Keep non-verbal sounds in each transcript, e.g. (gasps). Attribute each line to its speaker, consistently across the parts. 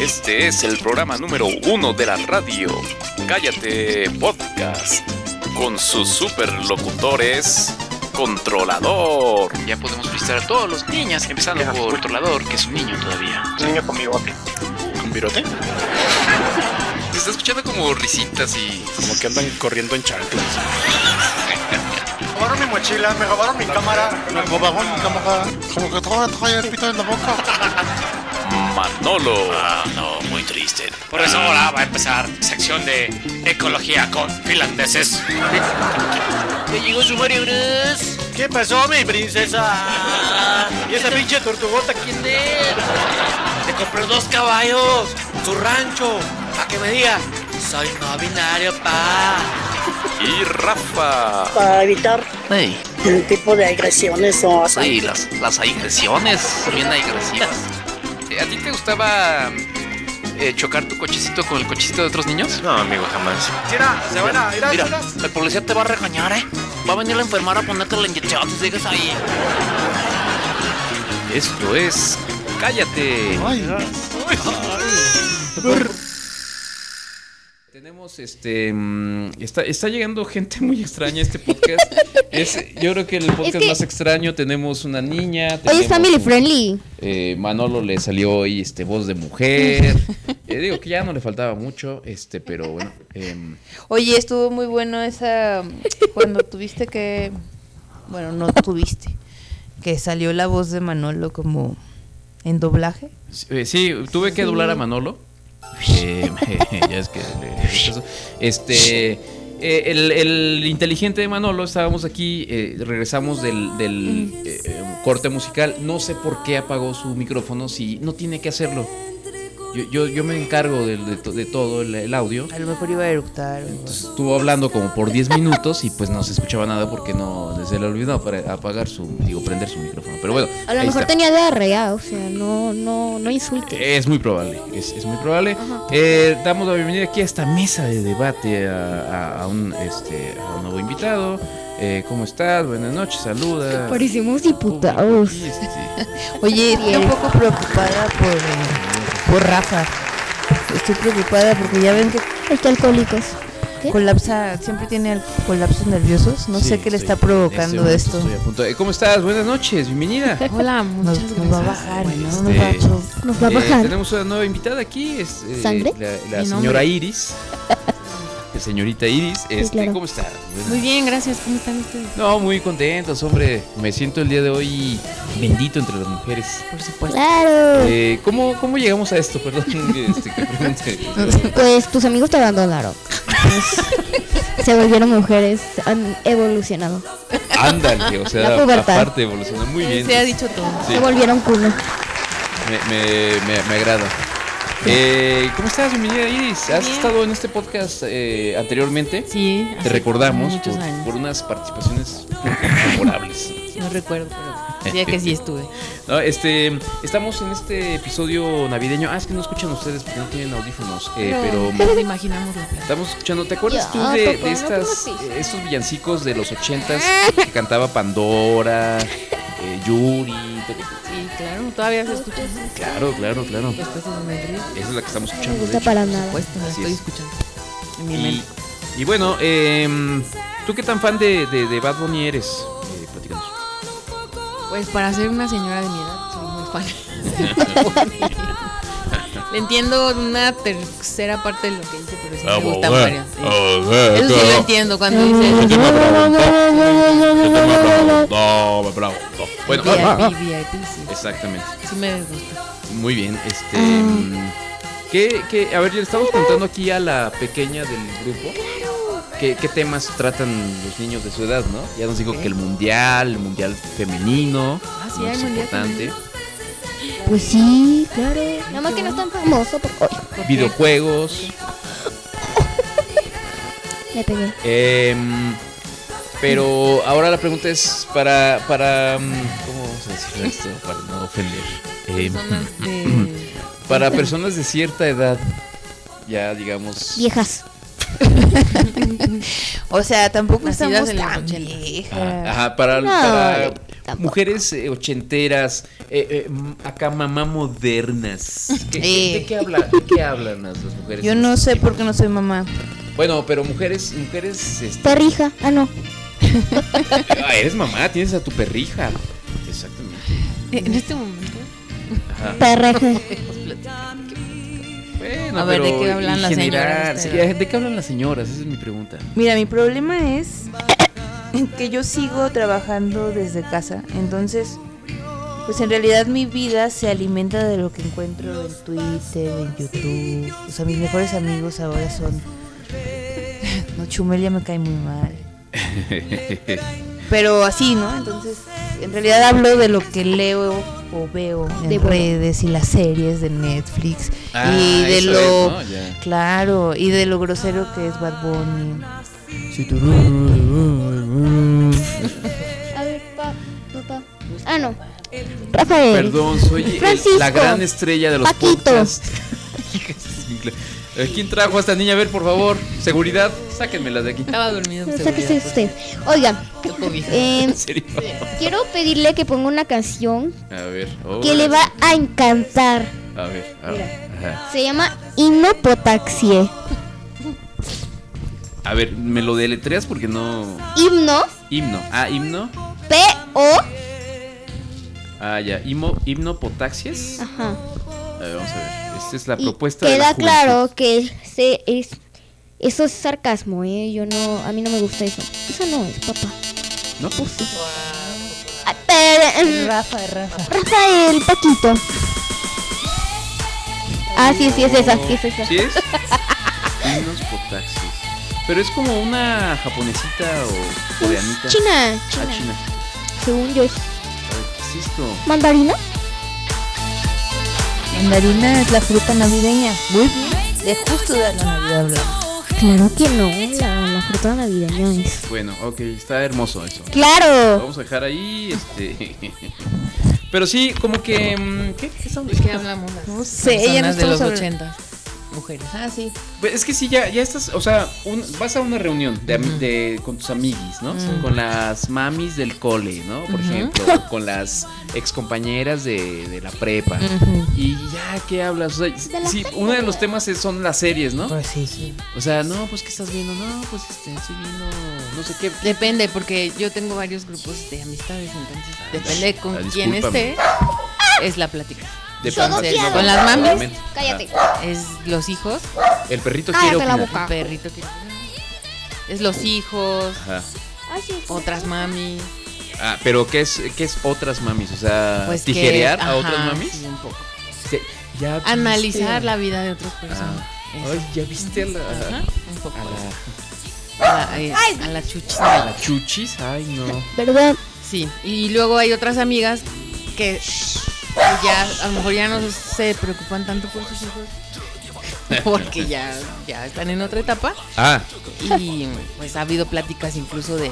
Speaker 1: Este es el programa número uno de la radio. Cállate Podcast. Con sus superlocutores. Controlador.
Speaker 2: Ya podemos visitar a todos los niñas, empezando por Controlador, que es un niño todavía.
Speaker 3: Un niño con bigote.
Speaker 2: ¿Un virote? Se está escuchando como risitas y.
Speaker 4: Como que andan corriendo en chanclas.
Speaker 3: robaron mi mochila, me robaron mi cámara. Me robaron mi cámara. Como que todo trae el pito en la boca.
Speaker 1: Manolo.
Speaker 5: Ah, no, muy triste. Por eso ahora va a empezar sección de ecología con finlandeses.
Speaker 6: Ya llegó su Mario Gris.
Speaker 7: ¿Qué pasó, mi princesa? ¿Y esa pinche tortugota quién es?
Speaker 6: Te compré dos caballos, su rancho, para que me diga, soy no binario, pa.
Speaker 1: Y Rafa.
Speaker 8: Para evitar
Speaker 2: Ey,
Speaker 8: un tipo de agresiones o
Speaker 2: sí,
Speaker 8: así.
Speaker 2: las, las agresiones, son bien agresivas. Eh, ¿A ti te gustaba eh, chocar tu cochecito con el cochecito de otros niños?
Speaker 5: No, amigo, jamás.
Speaker 3: Tira, se van a. Ah, Mira,
Speaker 2: Mira,
Speaker 3: mira.
Speaker 2: el policía te va a regañar, ¿eh? Va a venir la enfermera a ponerte la inyección si sigues ahí.
Speaker 1: Esto es. Cállate. Tenemos este. mm, Está, está llegando gente muy extraña a este podcast. Es, yo creo que el podcast
Speaker 9: que-
Speaker 1: más extraño. Tenemos una niña.
Speaker 9: Hoy
Speaker 1: tenemos
Speaker 9: es family
Speaker 1: un-
Speaker 9: friendly.
Speaker 1: eh, Manolo le salió hoy este, voz de mujer. Eh, digo que ya no le faltaba mucho, este, pero bueno. em,
Speaker 10: Oye, estuvo muy bueno esa mm, cuando tuviste que bueno, no tuviste que salió la voz de Manolo como en doblaje.
Speaker 1: Sí, eh, sí, tuve que doblar a Manolo. Eh, (laughs) ya es que le- le hice eso. este eh, el, el inteligente de Manolo estábamos aquí, eh, regresamos del, del, eh, eh, corte musical. No sé por qué apagó su micrófono si no tiene que hacerlo. Yo, yo, yo me encargo del- de, to- de todo el, el audio.
Speaker 10: A lo mejor iba a eructar. o algo.
Speaker 1: Estuvo hablando como por 10 minutos y pues no se escuchaba nada porque no se le olvidó para apagar su, digo, prender su micrófono. Pero bueno,
Speaker 9: A lo
Speaker 1: ahí
Speaker 9: mejor
Speaker 1: está.
Speaker 9: tenía diarrea, o sea, no, no, no insultes.
Speaker 1: Es muy probable, es, es muy probable. Eh, damos la bienvenida aquí a esta mesa de debate a, a- a un, este, a un nuevo invitado. Eh, ¿Cómo estás? Buenas noches, saluda. este,
Speaker 9: Parecemos diputados.
Speaker 1: Sí, sí, sí.
Speaker 10: Oye, estoy un poco preocupada por eh, por Rafa. Estoy preocupada porque ya ven que
Speaker 9: Alcohólicos. ¿Qué?
Speaker 10: colapsa, siempre tiene al- colapsos nerviosos, no (laughs) sé
Speaker 1: Sí,
Speaker 10: qué le
Speaker 1: estoy-
Speaker 10: está
Speaker 1: en este
Speaker 10: provocando
Speaker 1: momento
Speaker 10: esto.
Speaker 1: estoy a punto de- ¿Cómo estás? Buenas noches, bienvenida.
Speaker 9: Hola,
Speaker 10: Nos, nos va a bajar, ¿no? Nos va a
Speaker 1: este,
Speaker 10: cho-
Speaker 9: Nos va a
Speaker 1: Eh,
Speaker 9: bajar.
Speaker 1: tenemos una nueva invitada aquí, es eh,
Speaker 9: ¿Sangre?
Speaker 1: la, la
Speaker 11: Mi
Speaker 1: señora
Speaker 9: (laughs)
Speaker 11: nombre.
Speaker 1: Iris. La señorita Iris, este,
Speaker 9: claro.
Speaker 1: ¿cómo estás? Buenas
Speaker 11: Muy bien, gracias. ¿Cómo están ustedes?
Speaker 1: No, muy contentos, hombre. Me siento el día de hoy bendito entre las mujeres.
Speaker 11: Por supuesto.
Speaker 9: Claro.
Speaker 1: Eh, ¿cómo, ¿Cómo llegamos a esto? Perdón, (laughs) este, que pregunte.
Speaker 9: Pues tus amigos te abandonaron. Pues, se volvieron mujeres, han evolucionado.
Speaker 1: Ándale, o sea,
Speaker 9: La pubertad.
Speaker 1: aparte evolucionó muy bien.
Speaker 11: Se ha dicho todo.
Speaker 1: Sí,
Speaker 9: Se volvieron culo.
Speaker 1: me, me, me- me agrada. Eh, ¿Cómo estás, bienvenida Iris? ¿Has
Speaker 11: Bien.
Speaker 1: estado en este podcast eh, anteriormente?
Speaker 11: Sí.
Speaker 1: Te
Speaker 11: hace
Speaker 1: recordamos
Speaker 11: Muchos
Speaker 1: por,
Speaker 11: años.
Speaker 1: por unas participaciones memorables.
Speaker 11: No recuerdo, pero diría que sí estuve.
Speaker 1: No, este, estamos en este episodio navideño. Ah, es que no escuchan ustedes porque no tienen audífonos. eh, pero
Speaker 11: Nos (laughs) imaginamos la playa.
Speaker 1: Estamos escuchando, ¿te acuerdas
Speaker 9: Ya,
Speaker 1: tú de,
Speaker 9: papá,
Speaker 1: de
Speaker 9: no
Speaker 1: estas,
Speaker 9: te preocupes.
Speaker 1: eh, estos villancicos de los ochentas que cantaba Pandora, eh, Yuri? te- te-
Speaker 11: Sí, claro. Todavía se escucha.
Speaker 1: Claro, claro, claro.
Speaker 11: Esta es en el río. Por
Speaker 1: Esa es la que estamos
Speaker 9: No me
Speaker 1: escuchando. de
Speaker 9: gusta
Speaker 1: hecho.
Speaker 9: para nada.
Speaker 11: supuesto, la
Speaker 1: Así
Speaker 11: pues, estoy
Speaker 1: es.
Speaker 11: escuchando. En mi
Speaker 1: Y,
Speaker 11: mente.
Speaker 1: y bueno, em, ¿tú qué tan fan de, de, de Bad Bunny eres? Eh, platícanos.
Speaker 11: Pues para ser una señora de mi edad, soy muy fan.
Speaker 1: (laughs)
Speaker 11: Le entiendo una tercera parte de lo que dice, pero sí me gusta varias. sí. Eso sí lo entiendo cuando
Speaker 1: (laughs)
Speaker 11: dice.
Speaker 1: Bueno,
Speaker 11: VIP,
Speaker 1: ah, ah,
Speaker 11: VIP, sí.
Speaker 1: exactamente.
Speaker 11: Sí me gusta.
Speaker 1: Muy bien, este. mm, ¿qué, qué? A ver, le estamos preguntando aquí a la pequeña del grupo. ¿Qué, qué temas tratan los niños de su edad, no? Ya nos dijo que el mundial, el mundial femenino,
Speaker 11: Ah, sí,
Speaker 1: no
Speaker 11: hay
Speaker 1: es
Speaker 11: mundial
Speaker 1: importante.
Speaker 11: femenino.
Speaker 9: Pues sí, claro. Nada más que no es tan famoso porque Ay,
Speaker 11: ¿Por qué?
Speaker 1: Videojuegos.
Speaker 9: me pegué.
Speaker 1: em, pero ahora la pregunta es para. para mm, ¿Cómo vamos a decir esto? Para no ofender. Em, (clears throat)
Speaker 11: Personas de.
Speaker 1: para personas de cierta edad, ya digamos.
Speaker 9: Viejas.
Speaker 10: O sea, tampoco estamos
Speaker 11: Nacidas en los
Speaker 10: tan
Speaker 11: 80.
Speaker 10: viejas.
Speaker 1: Ah, Ajá, para,
Speaker 9: No.
Speaker 1: para mujeres eh, ochenteras, eh, eh, m- acá mamá modernas. ¿Qué- qué-
Speaker 10: Eh.
Speaker 1: ¿De qué habla- de qué hablan las las mujeres?
Speaker 10: Yo no sé por qué no soy mamá.
Speaker 1: Bueno, pero mujeres, mujeres, este,
Speaker 9: Perrija, ah no.
Speaker 1: ah, eres mamá, tienes a tu perrija. Exactamente.
Speaker 11: (laughs) En este momento.
Speaker 1: Ajá.
Speaker 9: Perreje.
Speaker 1: Bueno,
Speaker 10: A ver, ¿de qué hablan
Speaker 1: en
Speaker 10: las
Speaker 1: general,
Speaker 10: señoras?
Speaker 1: sí, ¿De qué hablan las señoras? Esa es mi pregunta.
Speaker 10: Mira, mi problema es que yo sigo trabajando desde casa. Entonces, pues en realidad mi vida se alimenta de lo que encuentro en Twitter, en YouTube. O sea, mis mejores amigos ahora son. (laughs) No, Chumel ya me cae muy
Speaker 1: (laughs)
Speaker 10: mal. Pero así, ¿no? Entonces, en realidad hablo de lo que leo o veo en
Speaker 9: De bueno.
Speaker 10: redes y las series de Netflix.
Speaker 1: Ah,
Speaker 10: y de
Speaker 1: eso
Speaker 10: lo.
Speaker 1: es, ¿no? Ya.
Speaker 10: Claro, y de lo grosero que es Bad Bunny.
Speaker 9: A ver, pa, papá. Ah no. Rafael.
Speaker 1: Perdón, soy eh,
Speaker 9: Francisco.
Speaker 1: la gran estrella de los
Speaker 9: Paquito.
Speaker 1: podcasts. (laughs) Hijas de su ingle- Eh, ¿Quién trajo a esta niña? A ver, por favor, seguridad, sáquenmela de aquí. (laughs)
Speaker 11: Estaba dormido.
Speaker 9: O sea, que es usted. Oiga, eh,
Speaker 1: En serio.
Speaker 9: quiero pedirle que ponga una canción
Speaker 1: A ver.
Speaker 9: que le va a encantar.
Speaker 1: A ver. A ver, ajá.
Speaker 9: Se llama Himnopotaxie.
Speaker 1: A ver, me lo deletreas porque no.
Speaker 9: Himno,
Speaker 1: Himno. Ah, himno.
Speaker 9: P-O.
Speaker 1: Ah, ya. Himo, himno potaxias.
Speaker 9: Ajá.
Speaker 1: A ver, vamos a ver. Esta es la
Speaker 9: Y
Speaker 1: propuesta de la
Speaker 9: queda
Speaker 1: juventud.
Speaker 9: claro que se es eso es sarcasmo, eh. Yo no, a mí no me gusta eso. Eso no es, papá.
Speaker 1: ¿No? Oh.
Speaker 9: Ah, pero, mm,
Speaker 10: Rafa, Rafa.
Speaker 9: Rafael, Paquito. Ah, sí, sí es esa, sí es esa.
Speaker 1: ¿Sí es? Himnos potaxias. Pero es como una japonesita o coreanita.
Speaker 9: China,
Speaker 1: Ah,
Speaker 9: China.
Speaker 1: China.
Speaker 9: Según yo es
Speaker 1: A ver, ¿qué es esto?
Speaker 9: mandarina.
Speaker 10: Mandarina es la fruta navideña. Muy bien. De justo de la Navidad, bro.
Speaker 9: Claro que no, la, la fruta navideña es.
Speaker 1: Bueno, ok, está hermoso eso. Lo
Speaker 9: Claro.
Speaker 1: vamos a dejar ahí, este. (laughs) Pero sí, como que. mm, ¿Qué? ¿Qué estamos
Speaker 11: ¿De qué hablamos?
Speaker 10: No sé, ya no
Speaker 11: Personas de
Speaker 10: estamos
Speaker 11: los
Speaker 10: hablando.
Speaker 11: 80. Mujeres. Ah, sí.
Speaker 1: Pues es que sí, ya, ya estás, o sea, un- vas a una reunión de, ami- de- con tus amiguis, ¿no? Con las mamis del cole, ¿no? Por ejemplo, o con las excompañeras de, de la prepa. Y ya, ¿qué hablas? O sea,
Speaker 9: la
Speaker 1: sí, uno de los temas es- son las series, ¿no?
Speaker 10: Pues sí, sí.
Speaker 1: O sea, no, pues ¿qué estás viendo? No, pues este, estoy viendo, no sé qué.
Speaker 11: Depende, porque yo tengo varios grupos de amistades, entonces depende con
Speaker 1: ah,
Speaker 11: quién
Speaker 1: discúlpame.
Speaker 11: esté, es la plática.
Speaker 1: De
Speaker 9: Yo
Speaker 1: pan-
Speaker 9: no quiero.
Speaker 11: Con las mamis.
Speaker 1: Obviamente.
Speaker 9: Cállate.
Speaker 11: Es los hijos,
Speaker 1: Ah, el perrito
Speaker 9: Cállate
Speaker 1: quiere
Speaker 9: la
Speaker 1: opinar.
Speaker 9: boca.
Speaker 11: el perrito que... Es
Speaker 1: Oh.
Speaker 11: los hijos,
Speaker 1: Ajá.
Speaker 9: Ay, sí, sí.
Speaker 11: otras mami.
Speaker 1: Ah, pero ¿qué es, qué es otras mamis? O sea,
Speaker 11: Pues que-
Speaker 1: tijerear a
Speaker 11: ajá,
Speaker 1: otras mamis.
Speaker 11: sí, un poco.
Speaker 1: Sí, ya viste.
Speaker 11: Analizar la vida de otras personas.
Speaker 1: Ah.
Speaker 11: Eso.
Speaker 1: Ay, ya viste a la,
Speaker 11: Ajá, un poco.
Speaker 1: Ah, a la-
Speaker 11: A la, eh, a la chuchis.
Speaker 1: a la chuchis. Ay, no.
Speaker 9: ¿Verdad?
Speaker 11: Sí, y luego hay otras amigas que ya a lo mejor ya no se preocupan tanto por sus hijos porque ya, ya están en otra etapa
Speaker 1: Ah,
Speaker 11: y pues ha habido pláticas incluso de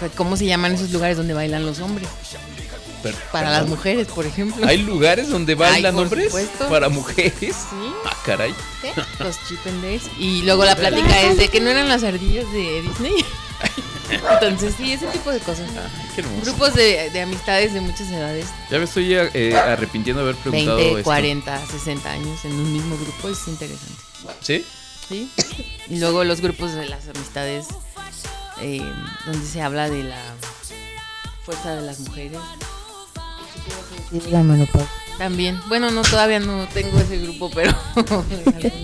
Speaker 11: que cómo se llaman esos lugares donde bailan los hombres
Speaker 1: per-
Speaker 11: para las
Speaker 1: perdón.
Speaker 11: mujeres, por ejemplo.
Speaker 1: ¿Hay lugares donde bailan
Speaker 11: por
Speaker 1: hombres
Speaker 11: supuesto.
Speaker 1: para mujeres?
Speaker 11: Sí,
Speaker 1: Ah, caray.
Speaker 11: los chip and Dales. Y luego la plática es de que no eran las ardillas de Disney. (laughs) Entonces sí, ese tipo de cosas.
Speaker 1: Qué hermoso.
Speaker 11: Grupos de, de amistades de muchas edades
Speaker 1: Ya me estoy eh, arrepintiendo de haber preguntado
Speaker 11: 20,
Speaker 1: esto.
Speaker 11: 40, 60 años en un mismo grupo es interesante.
Speaker 1: ¿Sí?
Speaker 11: ¿sí? Y luego los grupos de las amistades, eh, donde se habla de la fuerza de las mujeres.
Speaker 10: Dígamelo, papá.
Speaker 11: También, bueno, no todavía no tengo ese grupo, pero (laughs) algún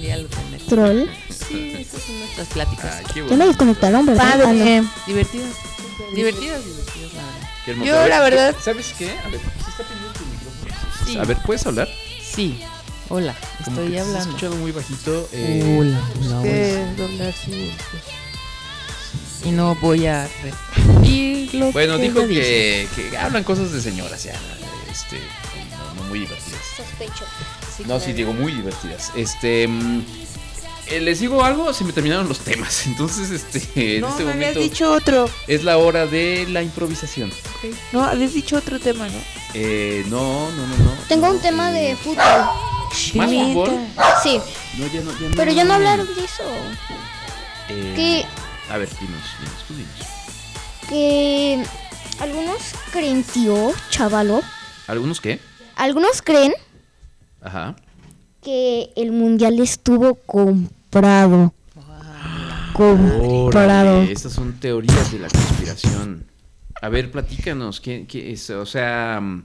Speaker 11: día lo tendré.
Speaker 9: Troll.
Speaker 11: Sí, esas son nuestras pláticas.
Speaker 1: Ay, qué
Speaker 9: Yo me
Speaker 1: bueno.
Speaker 9: desconecté al hombre. ¿verdad? Ah, no.
Speaker 10: Padre.
Speaker 11: Divertidas, divertidas, divertidas, la verdad.
Speaker 1: Qué hermoso.
Speaker 10: Yo,
Speaker 1: A ver,
Speaker 10: la verdad-
Speaker 1: ¿Sabes qué? A ver, se está pidiendo tu micrófono.
Speaker 11: Sí.
Speaker 1: A ver, ¿puedes hablar?
Speaker 11: Sí, hola,
Speaker 1: Como que
Speaker 11: estoy
Speaker 1: te has
Speaker 11: hablando.
Speaker 1: escuchado muy bajito. eh,
Speaker 10: Que doblar su-
Speaker 11: Y no voy a repetir lo
Speaker 1: Bueno,
Speaker 11: que
Speaker 1: dijo
Speaker 11: me dice.
Speaker 1: que, que hablan cosas de señoras, ya. Este, no, no muy divertidas.
Speaker 9: Sospecho.
Speaker 1: No, sí, digo muy divertidas. Este. mm, eh, Les digo algo, se me terminaron los temas. (laughs) Entonces, este, en
Speaker 10: No,
Speaker 1: este
Speaker 10: me habías
Speaker 1: momento
Speaker 10: dicho otro.
Speaker 1: es la hora de la improvisación.
Speaker 10: No, habías dicho otro tema, ¿no?
Speaker 1: Eh, no, no, no, no.
Speaker 9: Tengo
Speaker 1: no,
Speaker 9: un tema
Speaker 1: eh,
Speaker 9: de fútbol.
Speaker 1: ¿Más fútbol?
Speaker 9: Sí,
Speaker 1: No, ya no, ya no.
Speaker 9: pero ya no hablaron de eso.
Speaker 1: Eh,
Speaker 9: Que
Speaker 1: A ver, dinos, dinos, tú dinos.
Speaker 9: que Algunos creen, tío, chavalo.
Speaker 1: ¿Algunos qué?
Speaker 9: Algunos creen
Speaker 1: Ajá.
Speaker 9: que el mundial estuvo comprado. Comprado.
Speaker 1: Órale, estas son teorías de la conspiración. A ver, platícanos. ¿qué, qué es? O sea, mm,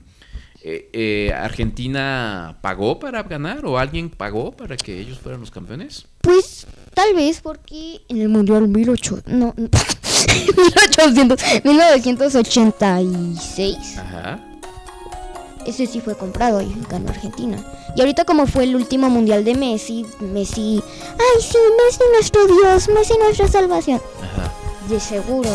Speaker 1: eh, eh, ¿Argentina pagó para ganar o alguien pagó para que ellos fueran los campeones?
Speaker 9: Pues tal vez porque en el mundial 1800. No, (laughs) 1800, 1986.
Speaker 1: Ajá.
Speaker 9: Ese sí fue comprado y ganó Argentina. Y ahorita como fue el último mundial de Messi, Messi, ay sí, Messi nuestro Dios, Messi nuestra salvación. De seguro.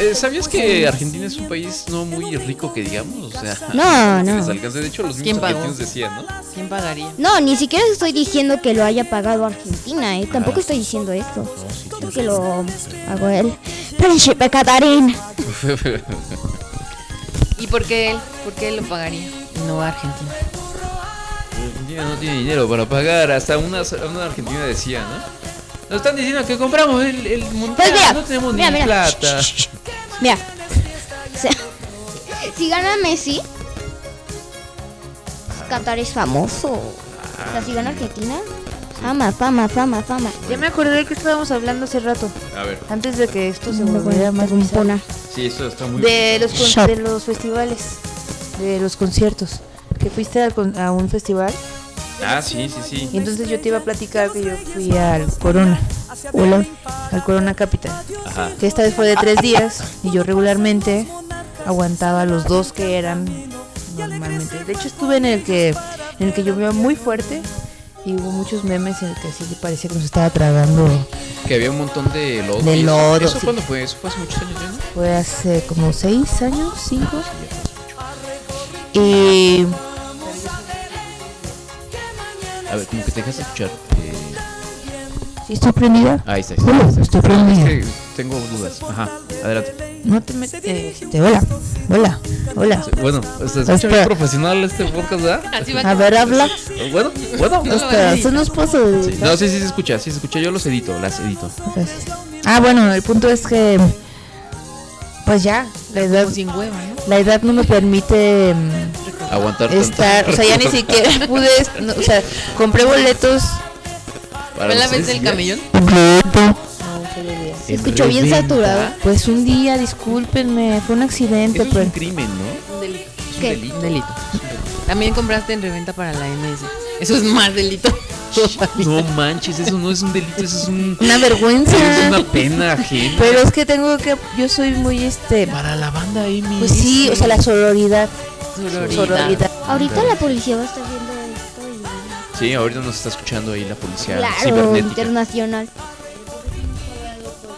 Speaker 1: Eh, ¿Sabías
Speaker 11: Pues,
Speaker 1: que Argentina es un país no muy rico que digamos? O sea,
Speaker 9: No, no.
Speaker 1: les alcanza. De hecho, los
Speaker 11: ¿Quién
Speaker 1: mismos
Speaker 11: pagó?
Speaker 1: argentinos decían, ¿no?
Speaker 11: ¿Quién pagaría?
Speaker 9: No, ni siquiera estoy diciendo que lo haya pagado Argentina, ¿eh? Tampoco estoy diciendo esto. Creo que lo hago él. Príncipe Catarina.
Speaker 11: ¿Y por qué él? ¿Por qué él lo pagaría? Y No Argentina.
Speaker 1: Argentina no tiene dinero para pagar. Hasta una, una argentina decía, ¿no? Nos están diciendo que compramos el, el mundial.
Speaker 9: Pues mira,
Speaker 1: no tenemos
Speaker 9: mira,
Speaker 1: ni
Speaker 9: mira.
Speaker 1: plata.
Speaker 9: Mira. O sea, si gana Messi, Qatar es famoso. O sea, si gana Argentina, fama, fama, fama, fama.
Speaker 10: Ya me acordé de que estábamos hablando hace rato.
Speaker 1: A ver.
Speaker 10: Antes de que esto se volviera más bizarro.
Speaker 1: Sí, eso está muy
Speaker 10: De los, con-
Speaker 1: Shop.
Speaker 10: de los festivales, de los conciertos. Que fuiste al con- a un festival
Speaker 1: Ah, sí, sí, sí.
Speaker 10: y entonces yo te iba a platicar que yo fui al Corona. Hola. Al Corona Capital.
Speaker 1: Ajá.
Speaker 10: Que esta vez fue de tres días y yo regularmente aguantaba los dos que eran normalmente. De hecho estuve en el que en el que llovió muy fuerte y hubo muchos memes en el que así parecía que nos estaba tragando.
Speaker 1: Que había un montón de lodo.
Speaker 10: De
Speaker 1: ¿Y eso-
Speaker 10: lodo,
Speaker 1: ¿Eso
Speaker 10: sí.
Speaker 1: cuándo fue? Eso fue hace muchos años ya, ¿no?
Speaker 10: Fue hace como seis años, cinco. Y
Speaker 1: A ver, como que te dejas escuchar. eh.
Speaker 10: ¿sí estoy prendida.
Speaker 1: Ahí está, ahí está.
Speaker 10: Hola,
Speaker 1: ahí está.
Speaker 10: estoy prendida.
Speaker 1: Es que tengo dudas. Ajá, adelante.
Speaker 10: No te metes. Este, hola, hola, hola.
Speaker 1: Bueno, se escucha
Speaker 10: Espera.
Speaker 1: bien profesional este podcast, ¿verdad?
Speaker 10: Así va A ver, como- habla.
Speaker 1: Bueno, bueno.
Speaker 10: Espera, eso no es posible.
Speaker 1: No, sí, sí se escucha, sí se escucha. Yo los edito, las edito.
Speaker 10: Gracias. Ah, bueno, el punto es que. Pues ya, la edad. La edad no me permite. mm,
Speaker 1: Aguantar tanto.
Speaker 10: Estar. O sea, ya ni siquiera (laughs) pude. no, o sea, compré boletos.
Speaker 1: Para los tres días.
Speaker 10: Completo.
Speaker 1: Se escuchó bien Reventa. saturado.
Speaker 10: Pues un día, discúlpenme, fue un accidente,
Speaker 1: Eso es un
Speaker 10: pero.
Speaker 1: crimen, ¿no?
Speaker 11: Un delito.
Speaker 1: un ¿Qué? delito.
Speaker 11: Un delito. También compraste en reventa para la MS. Eso es más delito.
Speaker 1: No manches, eso no es un delito, eso es un.
Speaker 10: Una vergüenza.
Speaker 1: Es una pena ajena.
Speaker 10: Pero es que tengo que. Yo soy muy este.
Speaker 1: Para la banda M.
Speaker 10: Pues sí, o sea, la sororidad.
Speaker 1: Sororidad.
Speaker 9: Ahorita la policía va a estar viendo esto y...
Speaker 1: Sí, ahorita nos está escuchando ahí la policía
Speaker 9: Claro,
Speaker 1: cibernética.
Speaker 9: internacional.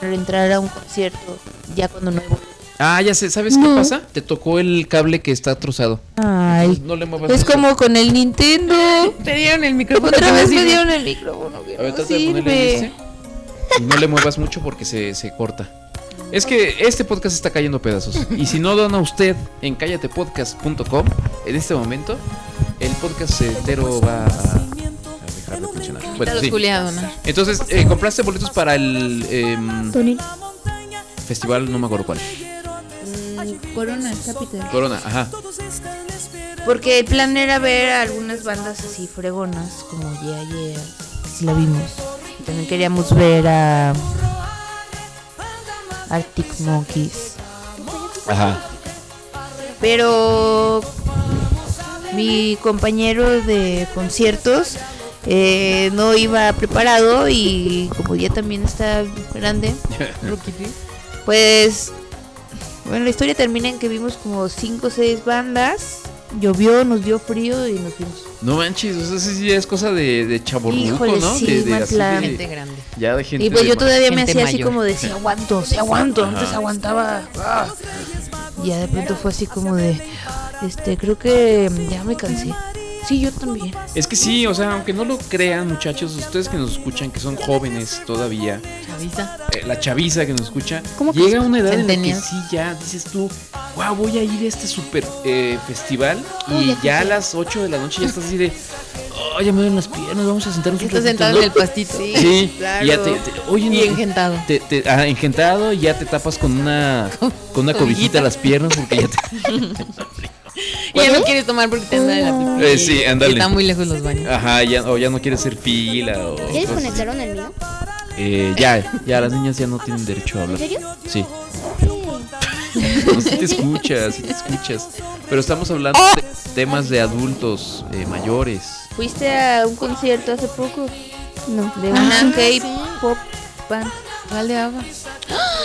Speaker 10: Para entrar a un concierto, ya cuando no hay boletos.
Speaker 1: Ah, ya sé, ¿sabes qué
Speaker 10: No.
Speaker 1: pasa? Te tocó el cable que está trozado.
Speaker 10: Ay.
Speaker 1: No le muevas
Speaker 10: Es
Speaker 1: eso.
Speaker 10: como con el Nintendo.
Speaker 11: Te dieron el micrófono.
Speaker 10: Otra
Speaker 11: que
Speaker 10: vez
Speaker 11: no
Speaker 10: me
Speaker 11: sirve.
Speaker 10: dieron el micrófono.
Speaker 1: A ver,
Speaker 10: no
Speaker 1: trata de ponerle en
Speaker 10: sirve.
Speaker 1: este. Y no le muevas mucho porque se, se corta. Es que este podcast está cayendo a pedazos. Y si no dona usted en callatepodcast.com, en este momento, el podcast entero va a, a dejar de funcionar. Bueno,
Speaker 11: Ahorita los
Speaker 1: sí.
Speaker 11: Julia donan.
Speaker 1: Entonces, eh, compraste boletos para el em, festival, no me acuerdo cuál.
Speaker 10: Mm, Corona Capital.
Speaker 1: Corona, ajá. (laughs)
Speaker 10: Porque el plan era ver a algunas bandas así fregonas, como Yeah Yeah. Si la vimos. También queríamos ver a. Arctic Monkeys.
Speaker 1: Ajá.
Speaker 10: Pero mi compañero de conciertos eh, no iba preparado y como ya también está grande, pues bueno, la historia termina en que vimos como cinco o seis bandas, llovió, nos dio frío y nos fuimos.
Speaker 1: No manches, o sea, sí, sí, es cosa de, de chaborruco,
Speaker 10: Híjole,
Speaker 1: ¿no?
Speaker 10: sí,
Speaker 1: de, de, así
Speaker 10: Matlán.
Speaker 1: de-
Speaker 10: Gente grande.
Speaker 1: Ya de gente
Speaker 10: y pues
Speaker 1: de
Speaker 10: yo
Speaker 1: ma-
Speaker 10: todavía me hacía así como de si aguanto, si aguanto,
Speaker 1: Ajá.
Speaker 10: antes aguantaba. ah. Y ya de pronto fue así como de, este, creo que ya me cansé. Sí, yo también.
Speaker 1: Es que sí, o sea, aunque no lo crean, muchachos, ustedes que nos escuchan, que son jóvenes todavía,
Speaker 11: Avisa.
Speaker 1: eh, la chaviza que nos escucha,
Speaker 11: ¿Cómo que
Speaker 1: llega una edad en la que
Speaker 11: centennial?
Speaker 1: sí ya dices tú, wow, voy a ir a este super eh, festival
Speaker 11: Uy,
Speaker 1: y
Speaker 11: ya
Speaker 1: ya a
Speaker 11: quise.
Speaker 1: las 8 de la noche ya estás así de, oh, ya me duelen las piernas, vamos a sentarnos un
Speaker 11: Estás
Speaker 1: ratito",
Speaker 11: sentado
Speaker 1: ¿no?
Speaker 11: en el pastito.
Speaker 1: Sí, y ya te, te- oye,
Speaker 11: y
Speaker 1: no,
Speaker 11: engentado.
Speaker 1: te- te- ah, engentado y ya te tapas con
Speaker 11: (laughs)
Speaker 1: una, con una cobijita las piernas porque ya te...
Speaker 11: Y ya no quieres tomar porque te anda de la pipí.
Speaker 1: Eh, sí, ándale.
Speaker 11: Está muy lejos los baños.
Speaker 1: Ajá, ya, o ya no quieres hacer fila o...
Speaker 9: ¿Ya
Speaker 1: cosas así.
Speaker 9: desconectaron el mío?
Speaker 1: Eh, ya, ya las niñas ya no tienen derecho a hablar.
Speaker 9: ¿En serio?
Speaker 1: Sí. No, sí te escuchas, sí te escuchas. Pero estamos hablando de temas de adultos eh, mayores.
Speaker 10: ¿Fuiste a un concierto hace poco?
Speaker 9: No.
Speaker 10: De un
Speaker 11: Ajá,
Speaker 10: K-pop band.
Speaker 11: ¿Cuál de Ava?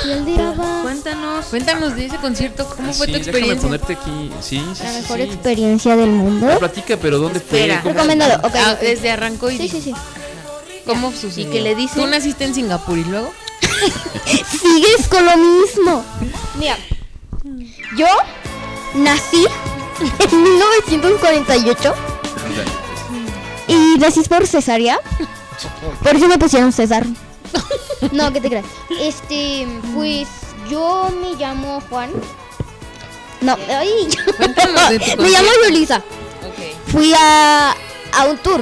Speaker 9: Y el de Ava,
Speaker 10: Cuéntanos.
Speaker 11: Cuéntanos de ese concierto. ¿Cómo fue
Speaker 1: Ah, Sí,
Speaker 11: tu
Speaker 1: déjame
Speaker 11: experiencia?
Speaker 1: ponerte aquí. Sí, sí,
Speaker 9: la
Speaker 1: sí,
Speaker 9: mejor
Speaker 1: sí.
Speaker 9: experiencia del mundo.
Speaker 1: Ah, platica, pero ¿dónde
Speaker 11: Espera.
Speaker 1: fue? ¿Cómo se-
Speaker 9: Recomendado, ok.
Speaker 11: Ah, desde arrancó y
Speaker 9: Sí, sí, sí.
Speaker 11: cómo sucedió.
Speaker 10: ¿Y qué le dice?
Speaker 11: Tú naciste en Singapur y luego.
Speaker 9: Sigues con lo mismo. Mira, yo nací en 1948
Speaker 1: Ándale.
Speaker 9: y nací por cesárea. Por eso me pusieron César. No, que te creas. Este, pues yo me llamo Juan. No, ay, (laughs)
Speaker 11: Cuéntanos de tu
Speaker 9: me llamo Yolisa.
Speaker 11: Ok.
Speaker 9: Fui a, a un tour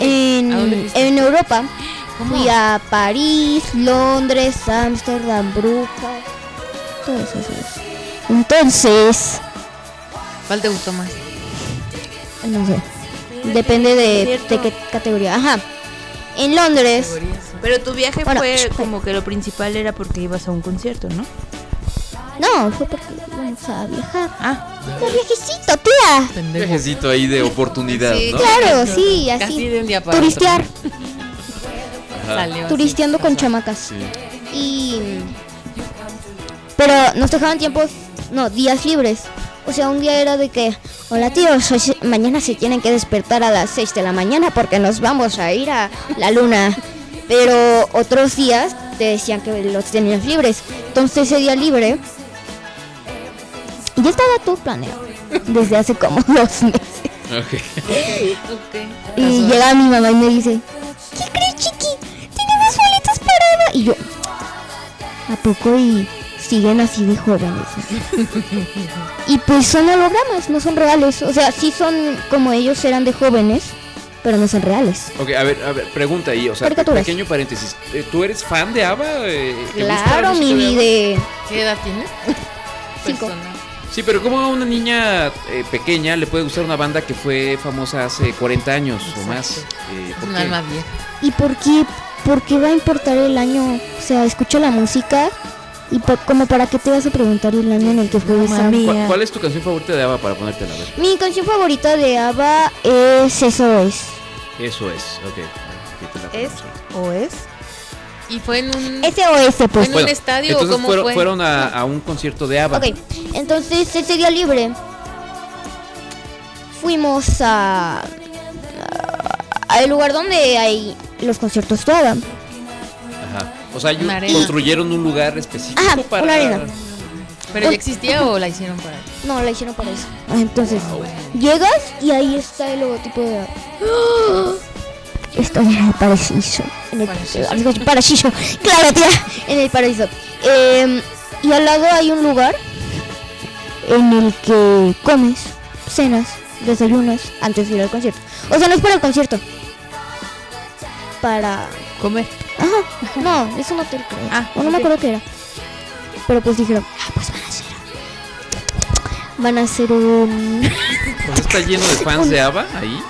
Speaker 9: en,
Speaker 11: ¿A dónde fuiste?
Speaker 9: en Europa.
Speaker 11: ¿Cómo?
Speaker 9: Fui a París, Londres, Ámsterdam, Brujas, todos esos. Entonces,
Speaker 11: ¿Cuál te gustó más?
Speaker 9: no sé, depende de, de qué categoría. Ajá. En Londres,
Speaker 10: Pero tu viaje
Speaker 9: Bueno,
Speaker 10: fue
Speaker 9: ch-
Speaker 10: como que lo principal era porque ibas a un concierto, ¿no?
Speaker 9: no, fue porque vamos a viajar.
Speaker 10: Ah,
Speaker 9: Un viajecito, tía.
Speaker 11: Pendejo.
Speaker 1: Viajecito ahí de oportunidad,
Speaker 11: Sí,
Speaker 1: ¿no?
Speaker 9: Claro, sí,
Speaker 11: Casi
Speaker 9: así.
Speaker 11: de un día para
Speaker 9: Turistear,
Speaker 11: otro.
Speaker 1: Ajá.
Speaker 11: Salió así.
Speaker 9: turisteando con chamacas.
Speaker 1: Sí.
Speaker 9: Y. Pero nos dejaban tiempos, no, días libres. O sea, un día era de que, hola tíos, hoy se- mañana se tienen que despertar a las 6 de la mañana porque nos vamos a ir a la luna. Pero otros días te decían que los tenías libres. Entonces ese día libre ya estaba todo planeado desde hace como (laughs) dos meses.
Speaker 1: Ok.
Speaker 11: Ok.
Speaker 9: Y llega mi mamá y me dice, ¿qué crees, chiqui? Tenemos boletos para... Eva". Y yo, ¿a poco y siguen así de jóvenes? (laughs) y pues son hologramas, no son reales. O sea, sí son como ellos eran de jóvenes, pero no son reales.
Speaker 1: Ok, a ver, a ver, pregunta ahí, o sea,
Speaker 9: Caricaturas.
Speaker 1: pequeño paréntesis. Eh, ¿Tú eres fan de ABBA? Eh, ¿te gusta la
Speaker 9: Claro,
Speaker 1: música
Speaker 9: mi
Speaker 1: de ABBA?
Speaker 9: vida.
Speaker 11: ¿Qué edad
Speaker 10: (laughs)
Speaker 11: tienes?
Speaker 9: Cinco.
Speaker 11: Persona.
Speaker 1: Sí, pero ¿cómo a una niña eh, pequeña le puede gustar una banda que fue famosa hace 40 años o más? Eh,
Speaker 11: Es
Speaker 1: ¿por
Speaker 11: un
Speaker 1: qué?
Speaker 11: alma vieja.
Speaker 9: ¿Y por qué, por qué va a importar el año? O sea, escucha la música y pa- como para qué te vas a preguntar el año en el que fue esa
Speaker 10: mami.
Speaker 1: ¿Cuál, cuál es tu canción favorita de ABBA para ponértela? A ver.
Speaker 9: Mi canción favorita de ABBA es Eso es.
Speaker 1: Eso es, ok. Aquí te la
Speaker 10: ¿Es
Speaker 1: ponemos ahorita.
Speaker 10: o es?
Speaker 11: ¿Y fue en un,
Speaker 9: SOS,
Speaker 11: fue
Speaker 9: pues.
Speaker 11: en
Speaker 1: Mm. Bueno,
Speaker 11: un estadio o
Speaker 1: Entonces
Speaker 11: cómo
Speaker 1: fueron,
Speaker 11: fue?
Speaker 1: fueron a, a un concierto de ABBA.
Speaker 9: Ok, entonces ese día libre fuimos a, a- al lugar donde hay los conciertos de ABBA.
Speaker 1: Ajá. O sea, ellos
Speaker 11: Una arena.
Speaker 1: construyeron un lugar específico
Speaker 9: Ajá,
Speaker 1: para...
Speaker 9: una arena.
Speaker 11: ¿Pero ya existía o la hicieron para ti?
Speaker 9: No, la hicieron para eso. Ah, Entonces, llegas y ahí está el logotipo de ABBA. Estoy en el paraíso. En el
Speaker 11: Paraíso.
Speaker 9: algo así, paraíso. Claro, tía. En el paraíso. Em, y al lado hay un lugar en el que comes, cenas, desayunas antes de ir al concierto. O sea, no es para el concierto. Para
Speaker 11: Comer.
Speaker 9: Ajá, no, es un hotel creo.
Speaker 10: Ah,
Speaker 9: o no
Speaker 10: ok.
Speaker 9: me acuerdo qué era. Pero pues dijeron, ah, pues van a hacer. Van a hacer un.
Speaker 1: Pues está lleno de fans de ABBA ahí.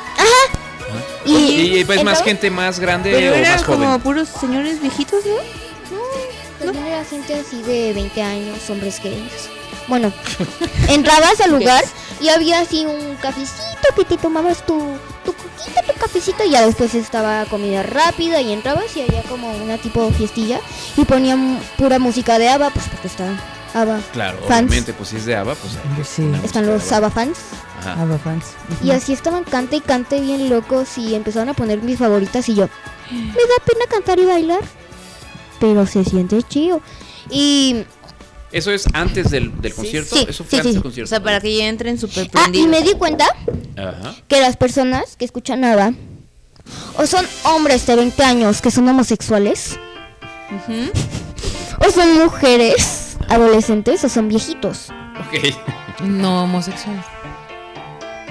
Speaker 1: (laughs)
Speaker 9: Y,
Speaker 1: Y, ves más
Speaker 9: entonces-
Speaker 1: gente más grande
Speaker 10: Pero
Speaker 1: o
Speaker 10: eran
Speaker 1: más
Speaker 10: como
Speaker 1: joven.
Speaker 10: puros señores viejitos, ¿no?
Speaker 9: Pues No, también era gente así de 20 años, hombres gays. Bueno, (laughs) entrabas al lugar y había así un cafecito que te tomabas tu, tu coquita, tu cafecito. Y ya después estaba comida rápida y entrabas y había como una tipo fiestilla. Y ponían pura música de ABBA, pues porque está ABBA.
Speaker 1: Claro,
Speaker 9: Fans.
Speaker 1: obviamente, pues si es de ABBA, pues hay que
Speaker 10: Sí.
Speaker 1: poner
Speaker 9: Están
Speaker 1: música
Speaker 9: los
Speaker 1: de ABBA.
Speaker 9: ABBA fans.
Speaker 1: Ajá.
Speaker 10: Abba fans.
Speaker 9: Y así estaban cante y cante bien locos y empezaron a poner mis favoritas y yo, (gasps) me da pena cantar y bailar, pero se siente chido. Y,
Speaker 1: Eso es antes del, del concierto.
Speaker 9: sí,
Speaker 1: Eso
Speaker 9: sí,
Speaker 1: fue antes
Speaker 9: sí.
Speaker 1: del
Speaker 10: O
Speaker 1: concierto.
Speaker 10: sea, para que ya entren súper
Speaker 9: ah, y
Speaker 10: prendidos.
Speaker 9: me di cuenta
Speaker 1: Ajá.
Speaker 9: que las personas que escuchan nada o son hombres de 20 años que son homosexuales, (laughs) o son mujeres adolescentes o son viejitos.
Speaker 1: Ok.
Speaker 11: No homosexuales.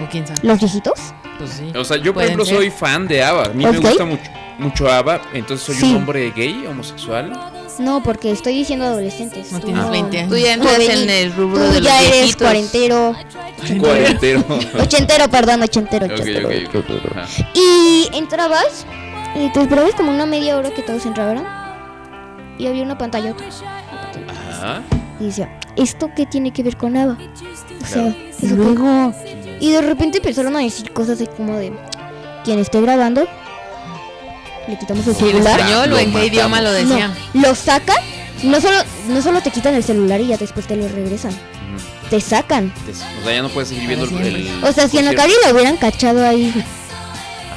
Speaker 11: ¿O quién sabe?
Speaker 9: ¿Los viejitos?
Speaker 11: Pues sí.
Speaker 1: O sea, yo por
Speaker 11: Pueden
Speaker 1: ejemplo
Speaker 11: ser.
Speaker 1: soy fan de ABBA. A mí me
Speaker 9: ¿Ok?
Speaker 1: gusta mucho, mucho ABBA. Entonces soy
Speaker 9: Sí.
Speaker 1: un hombre gay, homosexual.
Speaker 9: No, porque estoy diciendo adolescentes.
Speaker 11: No tienes 20 años.
Speaker 10: Tú ya entras
Speaker 9: juvenil.
Speaker 10: en el rubro
Speaker 9: Tú
Speaker 10: de los
Speaker 9: ya eres
Speaker 10: viejitos.
Speaker 9: cuarentero.
Speaker 1: Cuarentero.
Speaker 9: Ochentero, perdón, ochentero.
Speaker 1: Ok,
Speaker 9: ochentero.
Speaker 1: ok, ok. Ajá.
Speaker 9: Y entrabas, y te esperabas como una media hora que todos entraban. Y había una pantallota.
Speaker 1: Ajá.
Speaker 9: Y decía, ¿esto qué tiene que ver con Ava? O sea,
Speaker 1: Claro.
Speaker 9: eso qué- Y de repente empezaron a decir cosas así como de, quien esté grabando, le quitamos el
Speaker 11: ¿Y en
Speaker 9: celular.
Speaker 11: español
Speaker 1: Lo
Speaker 11: o en qué
Speaker 1: matamos.
Speaker 11: idioma lo decía?
Speaker 9: No, lo sacan, no solo, no solo te quitan el celular y ya después te lo regresan,
Speaker 1: Ujú.
Speaker 9: te sacan.
Speaker 1: Entonces, O sea, ya no puedes seguir viendo el. el-
Speaker 9: O sea, si en la calle
Speaker 1: concierto.
Speaker 9: lo hubieran cachado ahí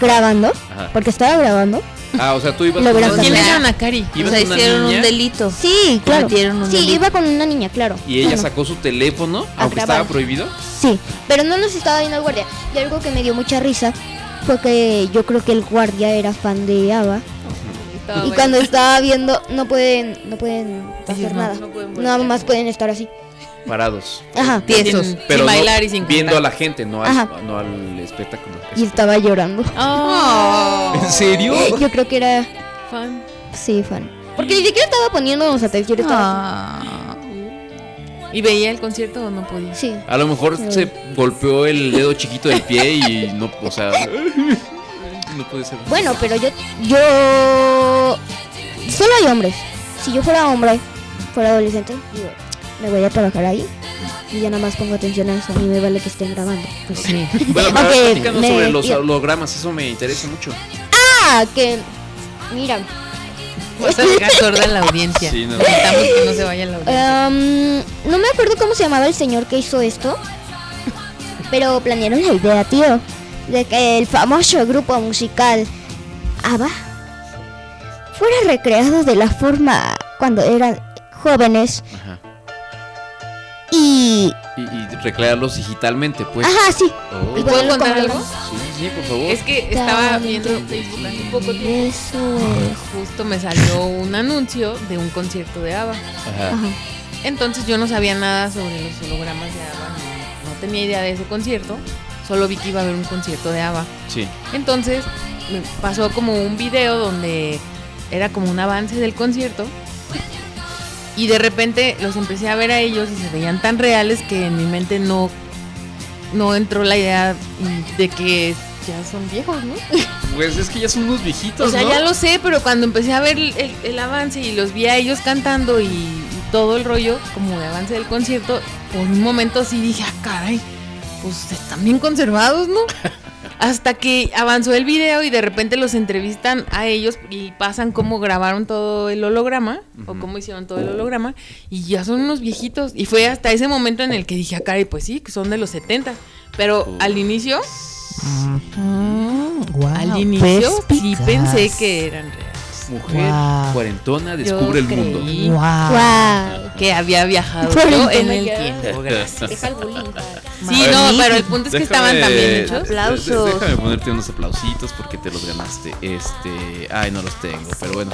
Speaker 9: grabando,
Speaker 1: Ajá.
Speaker 9: porque estaba grabando.
Speaker 1: Ah, o sea, tú ibas
Speaker 9: Lo verás
Speaker 1: una
Speaker 11: ¿Quién
Speaker 1: niña
Speaker 11: es Anakari?
Speaker 10: O
Speaker 1: ibas
Speaker 10: sea,
Speaker 1: con una
Speaker 10: hicieron
Speaker 1: niña
Speaker 10: un delito.
Speaker 9: Sí, claro.
Speaker 10: Cometieron un
Speaker 9: Sí,
Speaker 10: delito.
Speaker 9: iba con una niña, claro.
Speaker 1: y ella
Speaker 9: Bueno,
Speaker 1: sacó su teléfono, aunque
Speaker 9: grabar.
Speaker 1: estaba prohibido.
Speaker 9: Sí, pero no nos estaba viendo el guardia. Y algo que me dio mucha risa fue que yo creo que el guardia era fan de Ava.
Speaker 11: Estaba
Speaker 9: y
Speaker 11: Ah, bueno.
Speaker 9: cuando estaba viendo, no pueden, no pueden
Speaker 11: Decir
Speaker 9: hacer
Speaker 11: no.
Speaker 9: nada.
Speaker 11: No pueden
Speaker 9: Nada más pueden estar así.
Speaker 1: Parados.
Speaker 9: Ajá.
Speaker 10: Tiesos.
Speaker 11: Sin-
Speaker 1: Pero
Speaker 11: sin
Speaker 1: no-
Speaker 11: bailar y sin
Speaker 1: viendo a
Speaker 11: cantar.
Speaker 1: la gente, no al,
Speaker 9: Ajá.
Speaker 1: no al espectáculo.
Speaker 9: Y estaba llorando.
Speaker 11: Oh,
Speaker 1: ¿En serio?
Speaker 9: Yo creo que era,
Speaker 11: fan.
Speaker 9: sí, fan. Porque ni siquiera estaba poniéndonos atención. estaba
Speaker 10: Ah.
Speaker 11: ¿Y veía el concierto o no podía? (laughs)
Speaker 9: así. Sí.
Speaker 1: A lo mejor
Speaker 9: Sí.
Speaker 1: se golpeó el dedo chiquito del pie y no, o sea, no puede ser.
Speaker 9: Bueno, pero yo, yo, solo hay hombres. Si yo fuera hombre, fuera adolescente, digo, me voy a trabajar ahí y ya nada más pongo atención a eso. A mí me vale que estén grabando.
Speaker 11: Pues sí.
Speaker 1: Bueno, pero
Speaker 9: Ok,
Speaker 1: platícanos
Speaker 9: me-
Speaker 1: sobre los
Speaker 9: yo-
Speaker 1: hologramas, eso me interesa mucho.
Speaker 9: Ah, que, mira, (laughs)
Speaker 11: Vas a dejar sorda a la audiencia.
Speaker 1: Sí, no.
Speaker 11: Necesitamos que no se vaya la audiencia.
Speaker 9: em, no me acuerdo cómo se llamaba el señor que hizo esto, pero planearon la idea, tío, de que el famoso grupo musical ABBA fuera recreado de la forma cuando eran jóvenes
Speaker 1: Ajá.
Speaker 9: y
Speaker 1: Y, y recrearlos digitalmente, pues.
Speaker 9: Ajá, sí.
Speaker 1: Oh,
Speaker 9: Y
Speaker 1: sí,
Speaker 11: ¿Puedo
Speaker 9: bueno,
Speaker 11: contar
Speaker 9: como-
Speaker 11: algo?
Speaker 1: sí, por favor.
Speaker 11: Es que estaba
Speaker 9: Tan
Speaker 11: viendo Facebook hace poco tiempo.
Speaker 9: Eso es.
Speaker 11: Justo me salió un anuncio de un concierto de ABBA.
Speaker 1: Ajá.
Speaker 11: Entonces yo no sabía nada sobre los hologramas de ABBA. No, no tenía idea de ese concierto. Solo vi que iba a haber un concierto de ABBA.
Speaker 1: Sí.
Speaker 11: Entonces me pasó como un video donde era como un avance del concierto. Y de repente los empecé a ver a ellos y se veían tan reales que en mi mente no, no entró la idea de que ya son viejos, ¿no?
Speaker 1: Pues es que ya son unos viejitos,
Speaker 11: O sea,
Speaker 1: ¿no?
Speaker 11: ya lo sé, pero cuando empecé a ver el, el- el avance y los vi a ellos cantando y, y todo el rollo como de avance del concierto, por un momento sí dije, ah, caray, pues están bien conservados, ¿no? Hasta que avanzó el video y de repente los entrevistan a ellos y pasan cómo grabaron todo el holograma o cómo hicieron todo el holograma y ya son unos viejitos. Y fue hasta ese momento en el que dije, ah, caray, pues sí, que son de los 70. Pero al inicio, Mm, al inicio sí pensé que eran reales.
Speaker 1: Mujer
Speaker 10: Guau.
Speaker 1: cuarentona
Speaker 11: Yo
Speaker 1: descubre el mundo.
Speaker 11: creí
Speaker 10: Ah.
Speaker 9: Guau.
Speaker 11: que había viajado
Speaker 9: Por
Speaker 11: yo
Speaker 9: el
Speaker 11: en el
Speaker 9: tamaño.
Speaker 11: tiempo.
Speaker 1: Gracias.
Speaker 11: Sí, no, pero el punto es que estaban
Speaker 1: Déjame-
Speaker 11: también hechos.
Speaker 10: Aplausos.
Speaker 1: de- de- Déjame ponerte unos aplausitos porque te los ganaste. Este, ay, no los tengo, pero bueno,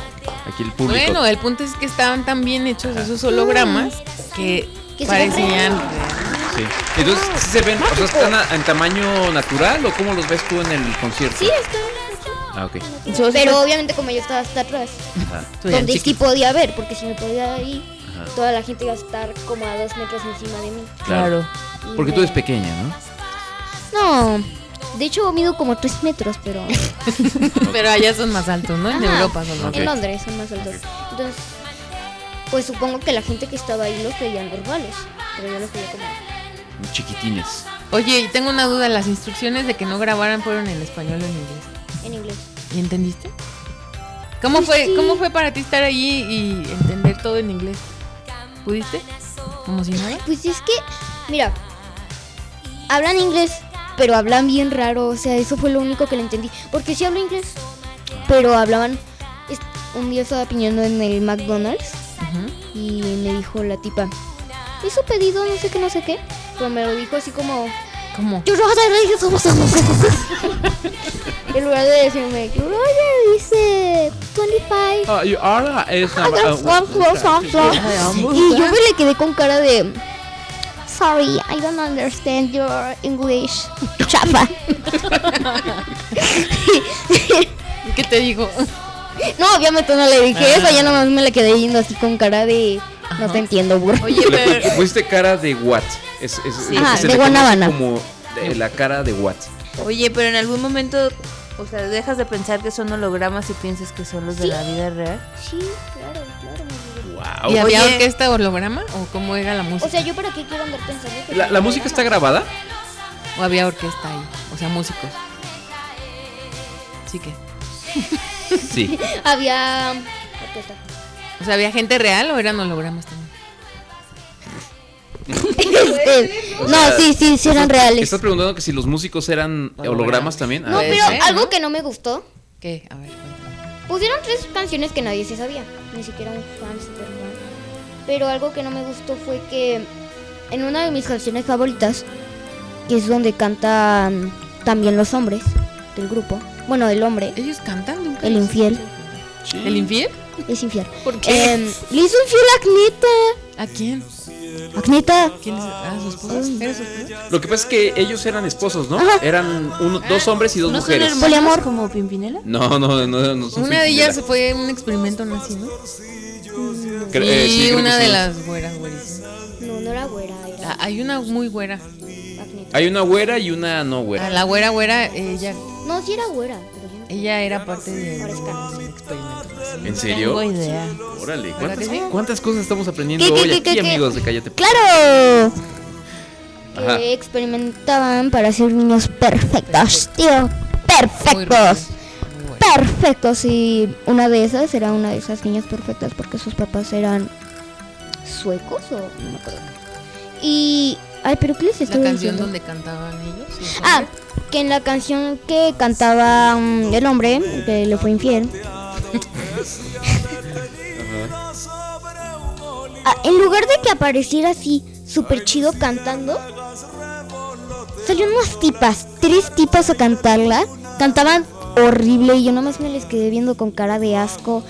Speaker 1: aquí el público.
Speaker 11: Bueno, el punto es que estaban tan bien hechos esos hologramas que
Speaker 9: Que se
Speaker 11: parecían.
Speaker 1: Sí. Entonces, ¿sí se ven? O sea, ¿están a- en tamaño natural o cómo los ves tú en el concierto?
Speaker 9: Sí, está.
Speaker 1: Ah, ok.
Speaker 9: Pero obviamente como yo estaba hasta atrás,
Speaker 1: Ajá,
Speaker 11: eran
Speaker 9: donde sí
Speaker 11: chiquitos.
Speaker 9: podía ver, porque si me podía ir,
Speaker 1: ajá.
Speaker 9: toda la gente iba a estar como a dos metros encima de mí.
Speaker 1: Claro.
Speaker 9: Y
Speaker 1: Porque tú
Speaker 9: me-
Speaker 1: eres pequeña, ¿no?
Speaker 9: No, de hecho mido como tres metros, pero
Speaker 11: Pero allá son más altos, ¿no? En
Speaker 9: Ajá.
Speaker 11: Europa son
Speaker 1: (laughs)
Speaker 11: más
Speaker 1: Ok.
Speaker 9: en Londres son más altos. Entonces, pues supongo que la gente que estaba ahí los veían normales, pero yo los veía como...
Speaker 1: Chiquitines.
Speaker 11: Oye, y tengo una duda. Las instrucciones de que no grabaran fueron en español o en inglés.
Speaker 9: En inglés.
Speaker 11: ¿Y entendiste? ¿Cómo
Speaker 9: Pues
Speaker 11: fue,
Speaker 9: sí.
Speaker 11: ¿Cómo fue para ti estar allí y entender todo en inglés? ¿Pudiste? ¿Como si nada?
Speaker 9: Pues es que, mira, hablan inglés, pero hablan bien raro. O sea, eso fue lo único que le entendí. Porque sí hablo inglés, pero hablaban. es- Un día estaba piñando en el McDonald's
Speaker 11: Ujú.
Speaker 9: y me dijo la tipa: Hizo pedido, no sé qué, no sé qué. Pero me lo dijo así como:
Speaker 11: ¿Cómo?
Speaker 9: Yo no En lugar de decirme: Yo dice 25.
Speaker 1: Ah, y ahora es
Speaker 9: I got one, one, one, one. Y yo me le quedé con cara de. sorry, I don't understand your English. Chapa.
Speaker 11: ¿Qué te digo?
Speaker 9: No, obviamente no le dije
Speaker 11: Ah.
Speaker 9: eso, ya nomás me le quedé yendo así con cara de. No te entiendo, burro.
Speaker 1: Le ah, Pusiste cara de what. Es, es,
Speaker 10: Sí.
Speaker 1: es lo que
Speaker 10: Ajá,
Speaker 1: se
Speaker 10: de
Speaker 1: le conoce
Speaker 10: guanábana.
Speaker 1: Como eh, la cara de what.
Speaker 10: Oye, pero en algún momento, o sea, dejas de pensar que son hologramas y piensas que son los de la vida real.
Speaker 9: Sí, claro, claro.
Speaker 1: Wow.
Speaker 11: ¿Y había
Speaker 1: Oye,
Speaker 11: orquesta holograma? ¿O cómo era la música?
Speaker 9: O sea, yo para qué quiero andar pensando. que
Speaker 1: ¿la, la música está grabada?
Speaker 11: ¿O había orquesta ahí? O sea, músicos. Sí que.
Speaker 1: Sí.
Speaker 9: Había.
Speaker 11: O sea, ¿había gente real o eran hologramas también?
Speaker 9: Este,
Speaker 1: O
Speaker 9: (laughs) no,
Speaker 1: sea,
Speaker 9: sí, sí, sí eran
Speaker 1: estás-
Speaker 9: reales.
Speaker 1: Estás preguntando que si los músicos eran hologramas también.
Speaker 9: No,
Speaker 1: Ah,
Speaker 9: pero
Speaker 1: ok.
Speaker 9: algo que no me gustó.
Speaker 11: ¿Qué? A ver.
Speaker 9: Pusieron tres canciones que nadie se sabía, ni siquiera un fan super fan. Pero algo que no me gustó fue que en una de mis canciones favoritas, que es donde cantan también los hombres del grupo, bueno, el hombre.
Speaker 11: Ellos cantan
Speaker 9: El infiel.
Speaker 11: ¿El infiel?
Speaker 9: Es infiel.
Speaker 11: ¿Por qué?
Speaker 9: Em, le hizo infiel
Speaker 11: a Agneta. ¿A quién?
Speaker 9: Agneta.
Speaker 11: ¿Quién es? Ah, su esposa. ¿Era su esposa?
Speaker 1: Lo que pasa es que ellos eran esposos, ¿no?
Speaker 11: Ajá.
Speaker 1: Eran uno- dos hombres y dos
Speaker 11: ¿No son
Speaker 1: mujeres.
Speaker 11: hermanos? Poliamor.
Speaker 10: como Pimpinela?
Speaker 1: No, no, no, no son
Speaker 11: Una
Speaker 1: Pimpinela.
Speaker 11: de ellas fue un experimento nazi, ¿no?
Speaker 1: Cre-
Speaker 11: y
Speaker 1: eh, sí, creo que
Speaker 11: una
Speaker 1: sí.
Speaker 11: de las güeras, güerísimas.
Speaker 9: No, no era güera.
Speaker 11: Ah, Hay una muy güera.
Speaker 1: Hay una güera y una no güera.
Speaker 11: Ah, la güera güera, ella,
Speaker 9: No, sí era güera. pero yo no-
Speaker 11: ella era parte de
Speaker 1: ¿En serio?
Speaker 11: Ah, Tengo idea.
Speaker 1: Órale,
Speaker 11: ¿Verdad que
Speaker 1: ¿cuántas,
Speaker 11: sí?
Speaker 1: cuántas cosas estamos aprendiendo
Speaker 9: ¿Qué, qué,
Speaker 1: hoy
Speaker 9: qué,
Speaker 1: aquí,
Speaker 9: qué, qué?
Speaker 1: amigos de Cállate?
Speaker 9: ¡Claro!
Speaker 1: Ajá.
Speaker 9: que experimentaban para ser niños perfectos, tío. Perfectos. Perfectos. Y una de esas era una de esas niñas perfectas porque sus papás eran suecos o no me acuerdo. Y... Ay, pero ¿qué les
Speaker 11: la
Speaker 9: estoy
Speaker 11: canción
Speaker 9: diciendo?
Speaker 11: donde cantaban ellos. los
Speaker 9: Ah,
Speaker 11: hombres.
Speaker 9: que en la canción que cantaba mm, el hombre, que le fue infiel, ah, en lugar de que apareciera así súper chido cantando, salieron unas tipas, tres tipas a cantarla. Cantaban horrible y yo nomás me les quedé viendo con cara de asco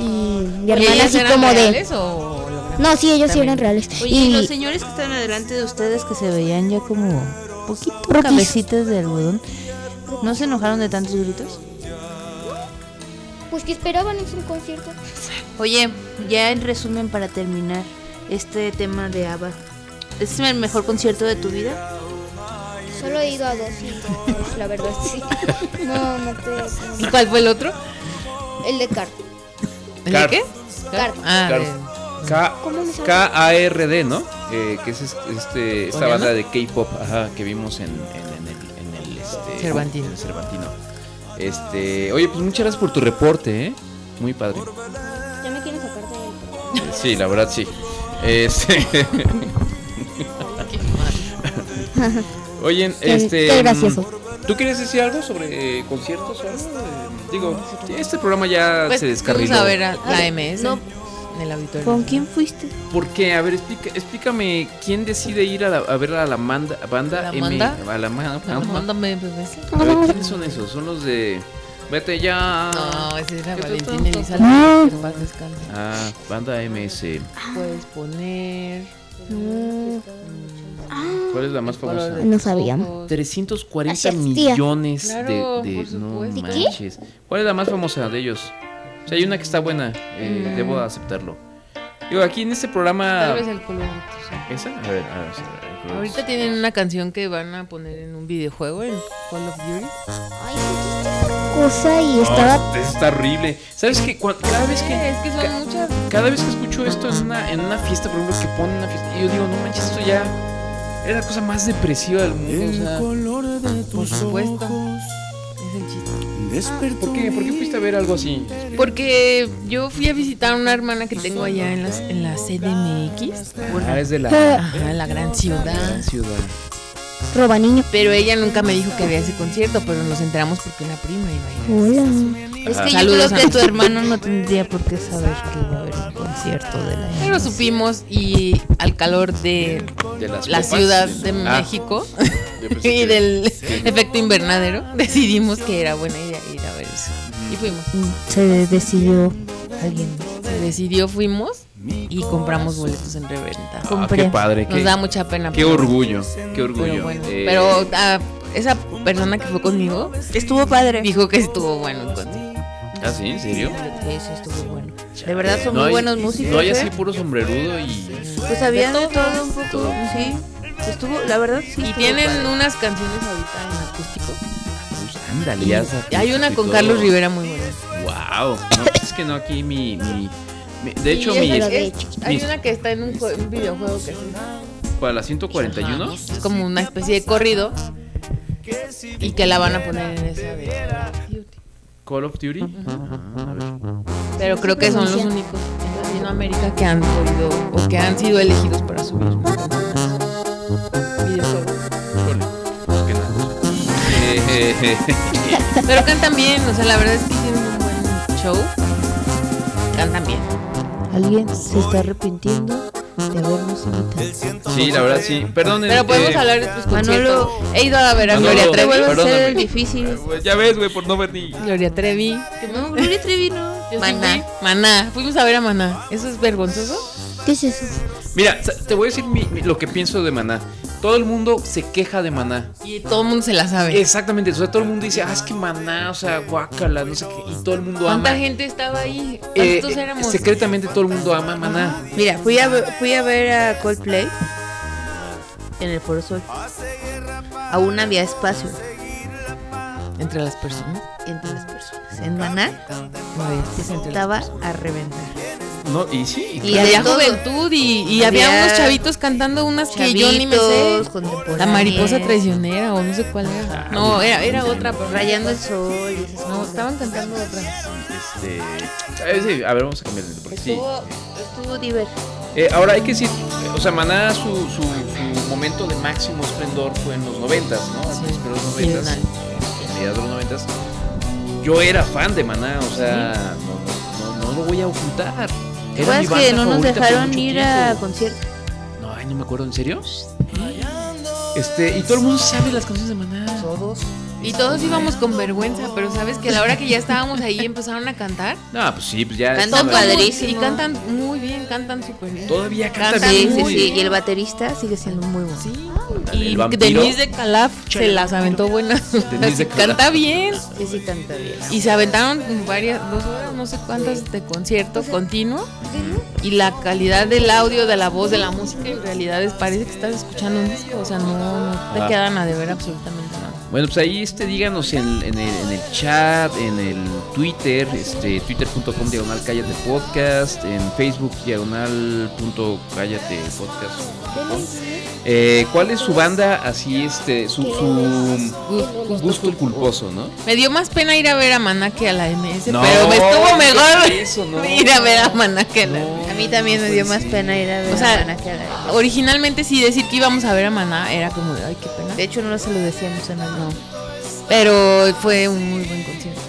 Speaker 9: y mi
Speaker 11: ¿Y
Speaker 9: hermana
Speaker 11: ellas
Speaker 9: así
Speaker 11: eran
Speaker 9: como de...
Speaker 11: reales o hologramas?
Speaker 9: No, sí, ellos sí eran reales.
Speaker 10: Oye,
Speaker 9: y
Speaker 10: y los señores que están adelante de ustedes que se veían ya como poquito
Speaker 9: Rookies.
Speaker 10: cabecitas de algodón, ¿no se enojaron de tantos gritos?
Speaker 9: pues que esperaban en un concierto.
Speaker 10: Oye, ya en resumen para terminar este tema de ABBA, ¿es el mejor concierto de tu vida?
Speaker 9: Solo he ido a dos y pues, la verdad
Speaker 1: (laughs)
Speaker 9: sí. No, no te.
Speaker 11: ¿Y cuál fue el otro?
Speaker 9: El de Cart.
Speaker 11: ¿El de
Speaker 1: Card.
Speaker 11: qué?
Speaker 9: Cart.
Speaker 11: Ah,
Speaker 1: Claro.
Speaker 11: de-
Speaker 1: K-
Speaker 9: ¿Cómo me sale?
Speaker 1: K-A-R-D, ¿no? Eh, que es este, este- esta
Speaker 11: ¿Coreano?
Speaker 1: banda de K-pop ajá, que vimos en, en- en el, en el, este,
Speaker 11: Cervantino.
Speaker 1: en el Cervantino. Este, oye, pues muchas gracias por tu reporte, ¿eh? Muy padre.
Speaker 9: Ya me quieren sacar de
Speaker 1: Eh, Sí, la verdad, sí.
Speaker 9: (laughs)
Speaker 1: Este. Oye,
Speaker 9: Qué-
Speaker 1: este.
Speaker 9: qué
Speaker 1: mm,
Speaker 9: gracioso.
Speaker 1: ¿Tú quieres decir algo sobre eh, conciertos o algo? Eh, Digo, este programa ya
Speaker 11: Pues
Speaker 1: se descarriló.
Speaker 11: fuimos a ver a
Speaker 9: Ah,
Speaker 11: la MS
Speaker 10: No.
Speaker 11: en el auditorio.
Speaker 10: ¿Con quién fuiste?
Speaker 1: ¿Por qué? A ver, explica- explícame quién decide ir a, la- a ver a la manda- banda
Speaker 11: ¿La
Speaker 1: M-
Speaker 11: manda?
Speaker 1: A la ma-
Speaker 11: No, Ah, mándame, bebé.
Speaker 1: A ver, ¿Quiénes son esos? Son los de. Vete ya.
Speaker 11: No, ese era
Speaker 1: ¿Qué
Speaker 11: Valentín
Speaker 1: tanto?
Speaker 11: Elizalde.
Speaker 1: No.
Speaker 11: Que en paz descanse.
Speaker 1: Ah, banda MS.
Speaker 9: Ah.
Speaker 11: Puedes poner.
Speaker 1: ¿Cuál es la más famosa?
Speaker 11: color de
Speaker 9: No
Speaker 11: tus
Speaker 9: sabía.
Speaker 11: ojos.
Speaker 1: 340
Speaker 9: Así es, tía.
Speaker 1: millones
Speaker 11: Claro,
Speaker 1: de, de-
Speaker 11: por
Speaker 1: no
Speaker 11: supuesto.
Speaker 9: ¿Y qué?
Speaker 1: manches. ¿Cuál es la más famosa de ellos? O sea, hay una que está buena, eh,
Speaker 11: Mm.
Speaker 1: debo aceptarlo. Digo, aquí en este programa
Speaker 11: Tal vez el color de tus ojos.
Speaker 1: ¿Esa? A ver, a ver, a ver.
Speaker 11: Ahorita tienen una canción que van a poner en un videojuego, el Call of Duty.
Speaker 9: Cosa y estaba.
Speaker 1: No, eso está horrible. ¿Sabes qué? Cuan- Cada vez que
Speaker 11: Es que son muchas.
Speaker 1: cada vez que escucho esto en una, en una fiesta, por ejemplo, que ponen una fiesta, y yo digo, no manches, esto ya es la cosa más depresiva del mundo.
Speaker 11: Por supuesto. Es el chiste.
Speaker 1: O sea, ¿por qué? ¿Por qué fuiste a ver algo así?
Speaker 11: Porque yo fui a visitar a una hermana que tengo allá en la, en la CDMX.
Speaker 1: Ah, es de la
Speaker 11: Ajá, la gran ciudad.
Speaker 1: gran ciudad.
Speaker 9: Roba niño.
Speaker 11: Pero ella nunca me dijo que había ese concierto, pero nos enteramos porque una prima iba a ir.
Speaker 9: Hola. mm,
Speaker 10: Es que
Speaker 11: Saludos
Speaker 10: yo creo
Speaker 11: a-
Speaker 10: que tu hermano no tendría por qué saber que va a haber un concierto de la
Speaker 11: Pero supimos y al calor de
Speaker 1: De las
Speaker 11: la
Speaker 1: copas.
Speaker 11: ciudad de
Speaker 1: Ah,
Speaker 11: México (laughs)
Speaker 1: yo pensé
Speaker 11: y
Speaker 1: que-
Speaker 11: del efecto invernadero, (laughs) decidimos que era buena idea ir a ver eso. Y fuimos.
Speaker 10: Se decidió alguien. se
Speaker 11: decidió fuimos y compramos boletos en reventa.
Speaker 1: Ah, qué padre,
Speaker 11: Nos
Speaker 1: qué-
Speaker 11: da mucha pena.
Speaker 1: Qué
Speaker 11: pero-
Speaker 1: orgullo, qué orgullo.
Speaker 11: Pero bueno,
Speaker 1: Eh,
Speaker 11: pero ah, esa persona que fue conmigo
Speaker 10: estuvo padre.
Speaker 11: Dijo que estuvo bueno contigo.
Speaker 1: ¿Ah, sí? ¿En serio?
Speaker 10: Sí, sí, estuvo bueno. De verdad son
Speaker 1: No,
Speaker 10: muy
Speaker 1: y-
Speaker 10: buenos músicos.
Speaker 1: No, y
Speaker 10: ¿eh?
Speaker 1: así puro sombrerudo y.
Speaker 10: Pues habían de todo un poco, sí. Estuvo, la verdad sí.
Speaker 11: Y
Speaker 10: estuvo
Speaker 11: tienen
Speaker 10: padre.
Speaker 11: unas canciones ahorita en acústico.
Speaker 1: pues, Ándale, ya
Speaker 11: Y hay una con Carlos Rivera muy buena.
Speaker 1: ¡Wow!
Speaker 11: (laughs)
Speaker 1: No, es que no, aquí mi. mi- mi- de hecho,
Speaker 11: Y
Speaker 1: mi.
Speaker 11: es- es- hay
Speaker 1: mis-
Speaker 11: una que está en un, jue- un videojuego que es-
Speaker 1: ¿Para la 141?
Speaker 11: es como una especie de corrido y que la van a poner en esa de
Speaker 1: Call of Duty.
Speaker 11: Pero creo que son los únicos en Latinoamérica que han podido o que han sido elegidos para subir una canción más. Videojuego.
Speaker 1: Qué naco. Eh, eh, eh,
Speaker 11: Pero cantan bien, o sea, la verdad es que hicieron un buen show. Cantan bien.
Speaker 10: Alguien se está arrepintiendo de habernos invitado.
Speaker 1: Sí, la verdad sí. Perdón.
Speaker 11: Pero podemos hablar de tus conciertos.
Speaker 10: Manolo,
Speaker 11: He ido a ver a
Speaker 1: Eh, Manolo,
Speaker 11: Gloria Trevi.
Speaker 1: Te vuelvo a hacer el perdóname.
Speaker 10: difícil.
Speaker 1: pues, Ya ves, güey, por no ver ni.
Speaker 11: (laughs) Gloria Trevi.
Speaker 10: No, Gloria Trevi no.
Speaker 11: Yo sí
Speaker 10: Maná.
Speaker 11: fui. Maná. Fuimos a ver a Maná. ¿Eso es vergonzoso?
Speaker 9: ¿Qué es eso?
Speaker 1: Mira, sa- te voy a decir mi- mi- lo que pienso de Maná. Todo el mundo se queja de Maná.
Speaker 11: Y todo el mundo se la
Speaker 1: Eh,
Speaker 11: sabe.
Speaker 1: Exactamente, o sea, todo el mundo dice, ah, es que Maná, o sea, guácala, no sé qué, y todo el mundo
Speaker 11: ¿Cuánta
Speaker 1: ama.
Speaker 11: gente estaba ahí?
Speaker 1: Eh,
Speaker 11: ¿Cuántos
Speaker 1: eh,
Speaker 11: éramos?
Speaker 1: secretamente todo el mundo ama a Maná.
Speaker 10: Mira, fui a, ver- fui a ver a Coldplay en el Foro Sol. Aún había espacio
Speaker 11: Entre las personas.
Speaker 10: entre las personas. En Maná
Speaker 11: No había
Speaker 10: se
Speaker 11: espacio entre
Speaker 10: sentaba
Speaker 11: las
Speaker 10: a reventar.
Speaker 1: No, y sí.
Speaker 10: Y
Speaker 11: Y había
Speaker 10: había todo.
Speaker 11: juventud y, y había,
Speaker 10: Había
Speaker 11: unos chavitos cantando unas que yo ni me sé.
Speaker 10: Chavitos, contemporáneos.
Speaker 11: La mariposa traicionera o no sé cuál era. No, era, era otra. pero-
Speaker 10: Rayando el sol y esas
Speaker 11: No,
Speaker 10: cosas.
Speaker 11: estaban cantando otra.
Speaker 1: Este, eh, sí, a ver, vamos a cambiar de porque sí.
Speaker 10: Estuvo, estuvo divertido.
Speaker 1: Eh, ahora hay que decir, eh, o sea, Maná, su, su, su momento de máximo esplendor fue en los noventas, ¿no? Al principio de los
Speaker 11: Sí,
Speaker 1: noventas, eh, mediados de los noventas. Yo era fan de Maná, o sea, no, no, no lo voy a ocultar.
Speaker 10: ¿Te
Speaker 1: Era mi
Speaker 10: acuerdas
Speaker 1: banda
Speaker 10: que no nos
Speaker 1: favorita por
Speaker 10: dejaron
Speaker 1: mucho
Speaker 10: ir a
Speaker 1: tiempo.
Speaker 10: conciertos?
Speaker 1: No, ay, no me acuerdo, ¿en serio? Este, y todo el mundo sabe las canciones de Maná.
Speaker 11: Y todos íbamos con vergüenza, pero sabes que a la hora que ya estábamos ahí (laughs) empezaron a cantar.
Speaker 1: No, pues sí, pues ya.
Speaker 10: Cantan
Speaker 1: estaba-
Speaker 10: padre.
Speaker 11: Y
Speaker 10: Padrísimo.
Speaker 11: cantan muy bien, cantan súper bien.
Speaker 1: Todavía canta
Speaker 11: Cantan
Speaker 1: bien.
Speaker 10: Sí, sí,
Speaker 11: muy
Speaker 10: sí.
Speaker 11: bien.
Speaker 10: Y el baterista sigue siendo muy bueno.
Speaker 11: Y
Speaker 1: El vampiro.
Speaker 11: Denise de Calaf se las aventó buenas.
Speaker 1: Denise de Calaf.
Speaker 11: Canta bien.
Speaker 10: Sí, sí, canta bien.
Speaker 11: Y se aventaron varias, dos horas, no sé cuántas de concierto continuo. Y la calidad del audio, de la voz, de la música, en realidad es, parece que estás escuchando un disco. O sea, no, no te
Speaker 1: Ah.
Speaker 11: quedan a deber absolutamente nada.
Speaker 1: Bueno, pues ahí este, díganos en, en el, en el chat, en el Twitter, este, twitter.com diagonal cállate podcast, en Facebook diagonal punto cállate podcast. Eh, ¿Cuál es su banda así, este, su, su
Speaker 11: Gus- gusto.
Speaker 1: gusto culposo, no?
Speaker 11: Me dio más pena ir a ver a Maná que a la MS,
Speaker 1: No,
Speaker 11: pero me estuvo
Speaker 1: ¿qué
Speaker 11: mejor
Speaker 1: es eso? No.
Speaker 11: (laughs)
Speaker 1: pues
Speaker 11: ir a ver a Maná que a la MS.
Speaker 10: A mí también me dio más pena ir a ver
Speaker 11: O sea,
Speaker 10: a Maná que a la-
Speaker 11: Originalmente sí decir que íbamos a ver a Maná era como de, ay, qué pena.
Speaker 10: De hecho, no se lo decíamos a nadie.
Speaker 11: Pero fue un muy buen concierto.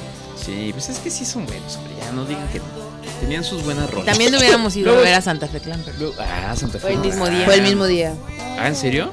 Speaker 1: Sí, pues es que sí son buenos, hombre, ya no digan que no. Tenían sus buenas rolas.
Speaker 11: (laughs) También hubiéramos ido a
Speaker 1: Luego-
Speaker 11: ver a Santa Fe Clan, pero
Speaker 1: Luego- Ah, Santa Fe.
Speaker 11: Fue el mismo día.
Speaker 10: Fue el mismo día.
Speaker 1: Ah, ¿en serio?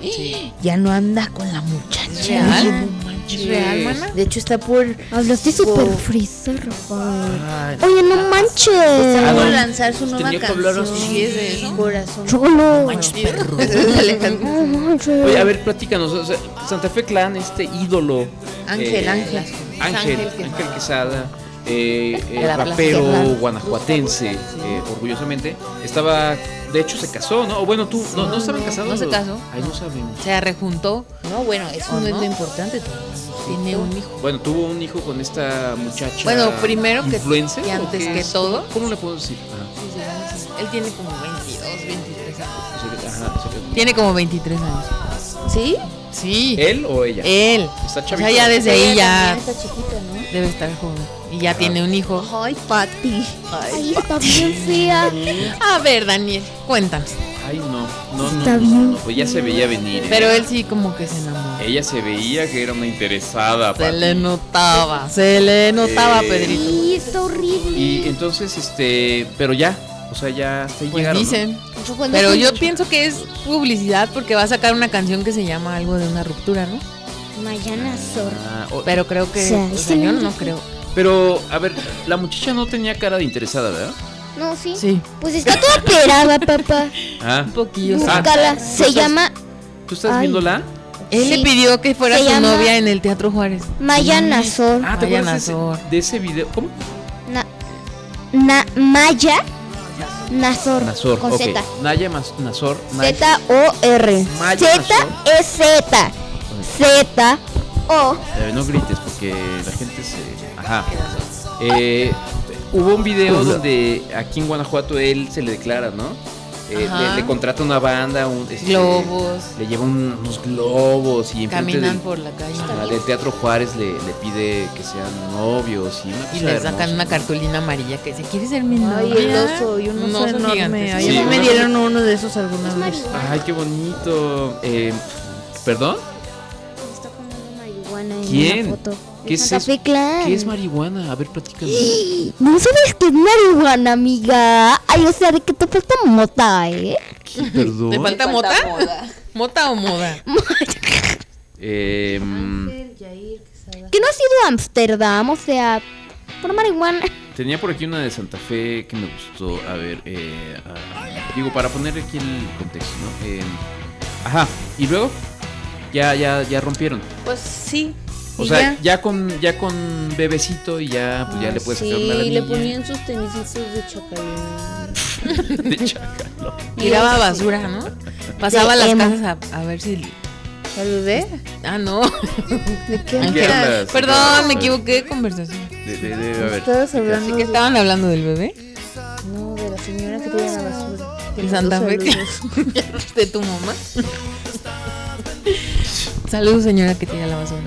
Speaker 10: Ya no anda con la muchacha.
Speaker 11: ¿Es real? ¿Es real, Maná?
Speaker 10: De hecho, está por.
Speaker 9: Hablaste súper
Speaker 10: Wow.
Speaker 9: fresa, Rafael.
Speaker 1: Ay,
Speaker 9: Oye, no manches.
Speaker 10: Está por
Speaker 1: no.
Speaker 10: lanzar
Speaker 11: Pues
Speaker 10: su nueva
Speaker 1: Tenía que hablar
Speaker 10: canción.
Speaker 1: así.
Speaker 10: es de eso. Corazón.
Speaker 9: Cholo.
Speaker 11: (laughs)
Speaker 10: Alejandro.
Speaker 9: No manches.
Speaker 1: Oye, a ver, platícanos. o sea, Santa Fe Clan, este ídolo.
Speaker 10: Ángel,
Speaker 1: eh,
Speaker 10: Ángel.
Speaker 1: Ángel,
Speaker 10: Ángel Quesada.
Speaker 1: Ángel Quesada, eh, eh,
Speaker 10: La
Speaker 1: rapero
Speaker 10: plaza.
Speaker 1: guanajuatense, eh, orgullosamente. Estaba, de hecho, se casó, ¿no? O bueno, tú, ¿no, no estaban casados?
Speaker 11: No se
Speaker 1: los-
Speaker 11: casó.
Speaker 1: Ay, no sabemos.
Speaker 11: Se rejuntó.
Speaker 10: No, bueno, eso
Speaker 11: ¿O
Speaker 10: no, es
Speaker 11: no?
Speaker 10: lo importante.
Speaker 11: Tiene un hijo.
Speaker 1: Bueno, tuvo un hijo con esta muchacha.
Speaker 11: Bueno, primero que-
Speaker 1: influencer,
Speaker 11: que
Speaker 1: ¿o
Speaker 11: antes
Speaker 1: qué
Speaker 11: que
Speaker 1: es?
Speaker 11: todo-
Speaker 1: ¿Cómo le puedo decir? Ah,
Speaker 11: Él tiene como 22, 23 años.
Speaker 1: o sea que- pues, ajá, o sea que-
Speaker 11: Tiene como 23 años.
Speaker 10: ¿Sí?
Speaker 11: Sí.
Speaker 1: ¿Él o ella?
Speaker 11: Él.
Speaker 1: Está
Speaker 11: O
Speaker 1: chavito.
Speaker 11: sea, ya desde ahí
Speaker 10: Ella
Speaker 11: ya
Speaker 10: también Está chiquita, ¿no?
Speaker 11: debe estar joven. Y ya tiene un hijo.
Speaker 10: Ay, Pati.
Speaker 9: Ay, está bien
Speaker 1: (laughs)
Speaker 9: fea.
Speaker 11: A ver, Daniel, cuéntanos.
Speaker 1: Ay, no, no, no,
Speaker 9: Está
Speaker 1: no,
Speaker 9: bien.
Speaker 1: no, pues ya se veía venir. ¿eh?
Speaker 11: Pero él sí como que se enamoró.
Speaker 1: Ella se veía que era una interesada.
Speaker 11: Se
Speaker 1: Pati.
Speaker 11: le notaba, se le notaba,
Speaker 1: Eh,
Speaker 11: Pedrito.
Speaker 9: Sí, está horrible.
Speaker 1: Y entonces, este, pero ya, o sea, ya hasta ahí
Speaker 11: Pues
Speaker 1: llegaron. ¿no?
Speaker 11: dicen.
Speaker 9: Yo cuando
Speaker 11: Pero
Speaker 9: fui-
Speaker 11: yo pienso que es publicidad porque va a sacar una canción que se llama algo de una ruptura, ¿no?
Speaker 9: Mañana zorra.
Speaker 1: Ah, o-
Speaker 11: Pero creo que.
Speaker 9: Sí,
Speaker 11: o sea,
Speaker 9: sí.
Speaker 11: yo no creo.
Speaker 1: pero, a ver, la muchacha no tenía cara de interesada, ¿verdad?
Speaker 9: No, sí. Pues está toda operada, papá.
Speaker 1: Ah.
Speaker 11: Un poquillo.
Speaker 9: Búscala.
Speaker 11: Ah,
Speaker 9: se
Speaker 11: ¿tú estás-
Speaker 9: llama
Speaker 1: ¿Tú estás
Speaker 9: Ay.
Speaker 1: viéndola?
Speaker 11: Él
Speaker 9: Sí.
Speaker 11: le pidió que fuera
Speaker 9: Se
Speaker 11: su
Speaker 9: llama-
Speaker 11: novia en el Teatro Juárez.
Speaker 9: Maya Nazor.
Speaker 1: Ah, ¿te
Speaker 11: Maya
Speaker 1: acuerdas de ese, de ese video? ¿Cómo?
Speaker 9: Na- na- Maya Nazor.
Speaker 1: Nazor,
Speaker 9: Con
Speaker 1: ok.
Speaker 9: Z.
Speaker 1: Naya Mas- Nazor. Nay-
Speaker 9: Z-O-R.
Speaker 1: Maya
Speaker 9: E Z-E-Z. Z-O.
Speaker 1: Eh, no grites porque la gente se... Ajá. Eh, hubo un video donde aquí en Guanajuato él se le declara, ¿no? Eh,
Speaker 11: Ajá.
Speaker 1: le, le contrata una banda, un, este,
Speaker 11: Globos.
Speaker 1: Le lleva un- unos globos y enfrente
Speaker 11: Caminan
Speaker 1: del-
Speaker 11: por la calle.
Speaker 1: ajá, del Teatro Juárez le, le pide que sean novios y una
Speaker 11: Y
Speaker 1: cosa
Speaker 11: le
Speaker 1: hermosa.
Speaker 11: sacan una cartulina amarilla que dice, ¿quieres ser mi
Speaker 10: Ay,
Speaker 11: novia?
Speaker 10: el oso y un
Speaker 11: Un
Speaker 10: oso
Speaker 11: oso
Speaker 10: enorme.
Speaker 11: gigante,
Speaker 10: Ay,
Speaker 1: sí.
Speaker 10: a mí me
Speaker 1: Sí.
Speaker 10: dieron uno de esos alguna vez.
Speaker 1: Ay, qué bonito. Eh, ¿Perdón?
Speaker 9: Está comiendo marihuana en
Speaker 1: ¿Quién?
Speaker 9: una foto.
Speaker 1: ¿Qué es,
Speaker 9: Santa
Speaker 1: eso?
Speaker 9: Fe Clan.
Speaker 1: ¿Qué es marihuana? A ver, platícame.
Speaker 9: ¿No sabes qué es marihuana, amiga? Ay, o sea, de que te falta mota, ¿eh?
Speaker 1: Perdón.
Speaker 11: ¿Le falta mota? (laughs) ¿Mota o moda?
Speaker 1: Eh, mm,
Speaker 9: Que no has ido a Amsterdam, o sea, por marihuana.
Speaker 1: tenía por aquí una de Santa Fe que me gustó. A ver, eh, ah, digo, para poner aquí el contexto, ¿no? Eh, ajá, y luego ya, ya, ya rompieron.
Speaker 10: Pues sí.
Speaker 1: O
Speaker 10: y
Speaker 1: sea, ya. con, ya con bebecito y ya, pues ya le puedes sacar una a la
Speaker 12: Sí, le
Speaker 1: niña.
Speaker 12: ponían sus tenisitos de chocalín.
Speaker 1: (laughs) de chacalo.
Speaker 11: Tiraba basura, ¿no? Pasaba a las casas a, a ver si...
Speaker 10: ¿Saludé?
Speaker 11: Ah, no.
Speaker 10: ¿De qué
Speaker 1: ¿De qué
Speaker 11: hablas?
Speaker 1: hablas?
Speaker 11: Perdón, me equivoqué de conversación.
Speaker 1: De, de- de- a ver.
Speaker 10: Estabas hablando
Speaker 11: ¿Qué
Speaker 10: de,
Speaker 11: estaban hablando del bebé?
Speaker 12: No, de la señora que tira la basura. Te
Speaker 11: El
Speaker 12: mando
Speaker 11: Santa Fe.
Speaker 12: saludos.
Speaker 11: (laughs) de tu mamá. Saludos, señora que tiene la basura.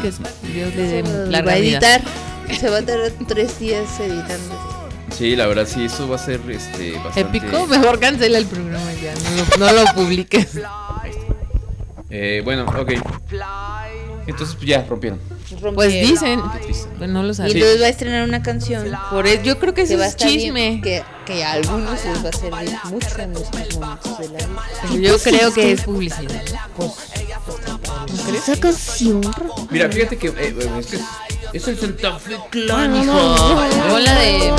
Speaker 11: Que Dios
Speaker 10: Eh,
Speaker 11: le dé
Speaker 10: Los
Speaker 11: larga
Speaker 10: va a
Speaker 11: vida.
Speaker 10: editar. Se va a tardar tres días editando.
Speaker 1: Sí, la verdad, sí, eso va a ser este, bastante...
Speaker 11: Épico, mejor cancela el programa ya, no lo, no lo publiques.
Speaker 1: Eh, bueno, ok. Entonces, pues ya, rompieron.
Speaker 11: Pues dicen,
Speaker 1: Qué triste.
Speaker 11: pues no lo
Speaker 10: Y
Speaker 11: sabía.
Speaker 10: entonces va a estrenar una canción.
Speaker 11: Por eso yo creo que ese
Speaker 10: va a
Speaker 11: es
Speaker 10: estar bien-
Speaker 11: chisme.
Speaker 10: que, que a algunos les va a servir mucho en estos momentos de la vida.
Speaker 11: Pero yo creo que es publicidad.
Speaker 9: Esa canción.
Speaker 1: Mira, fíjate que eh, eh, es, que es- es el Santa Fe Clan,
Speaker 11: No,
Speaker 1: hijo.
Speaker 11: no, no. Hola
Speaker 1: Eh,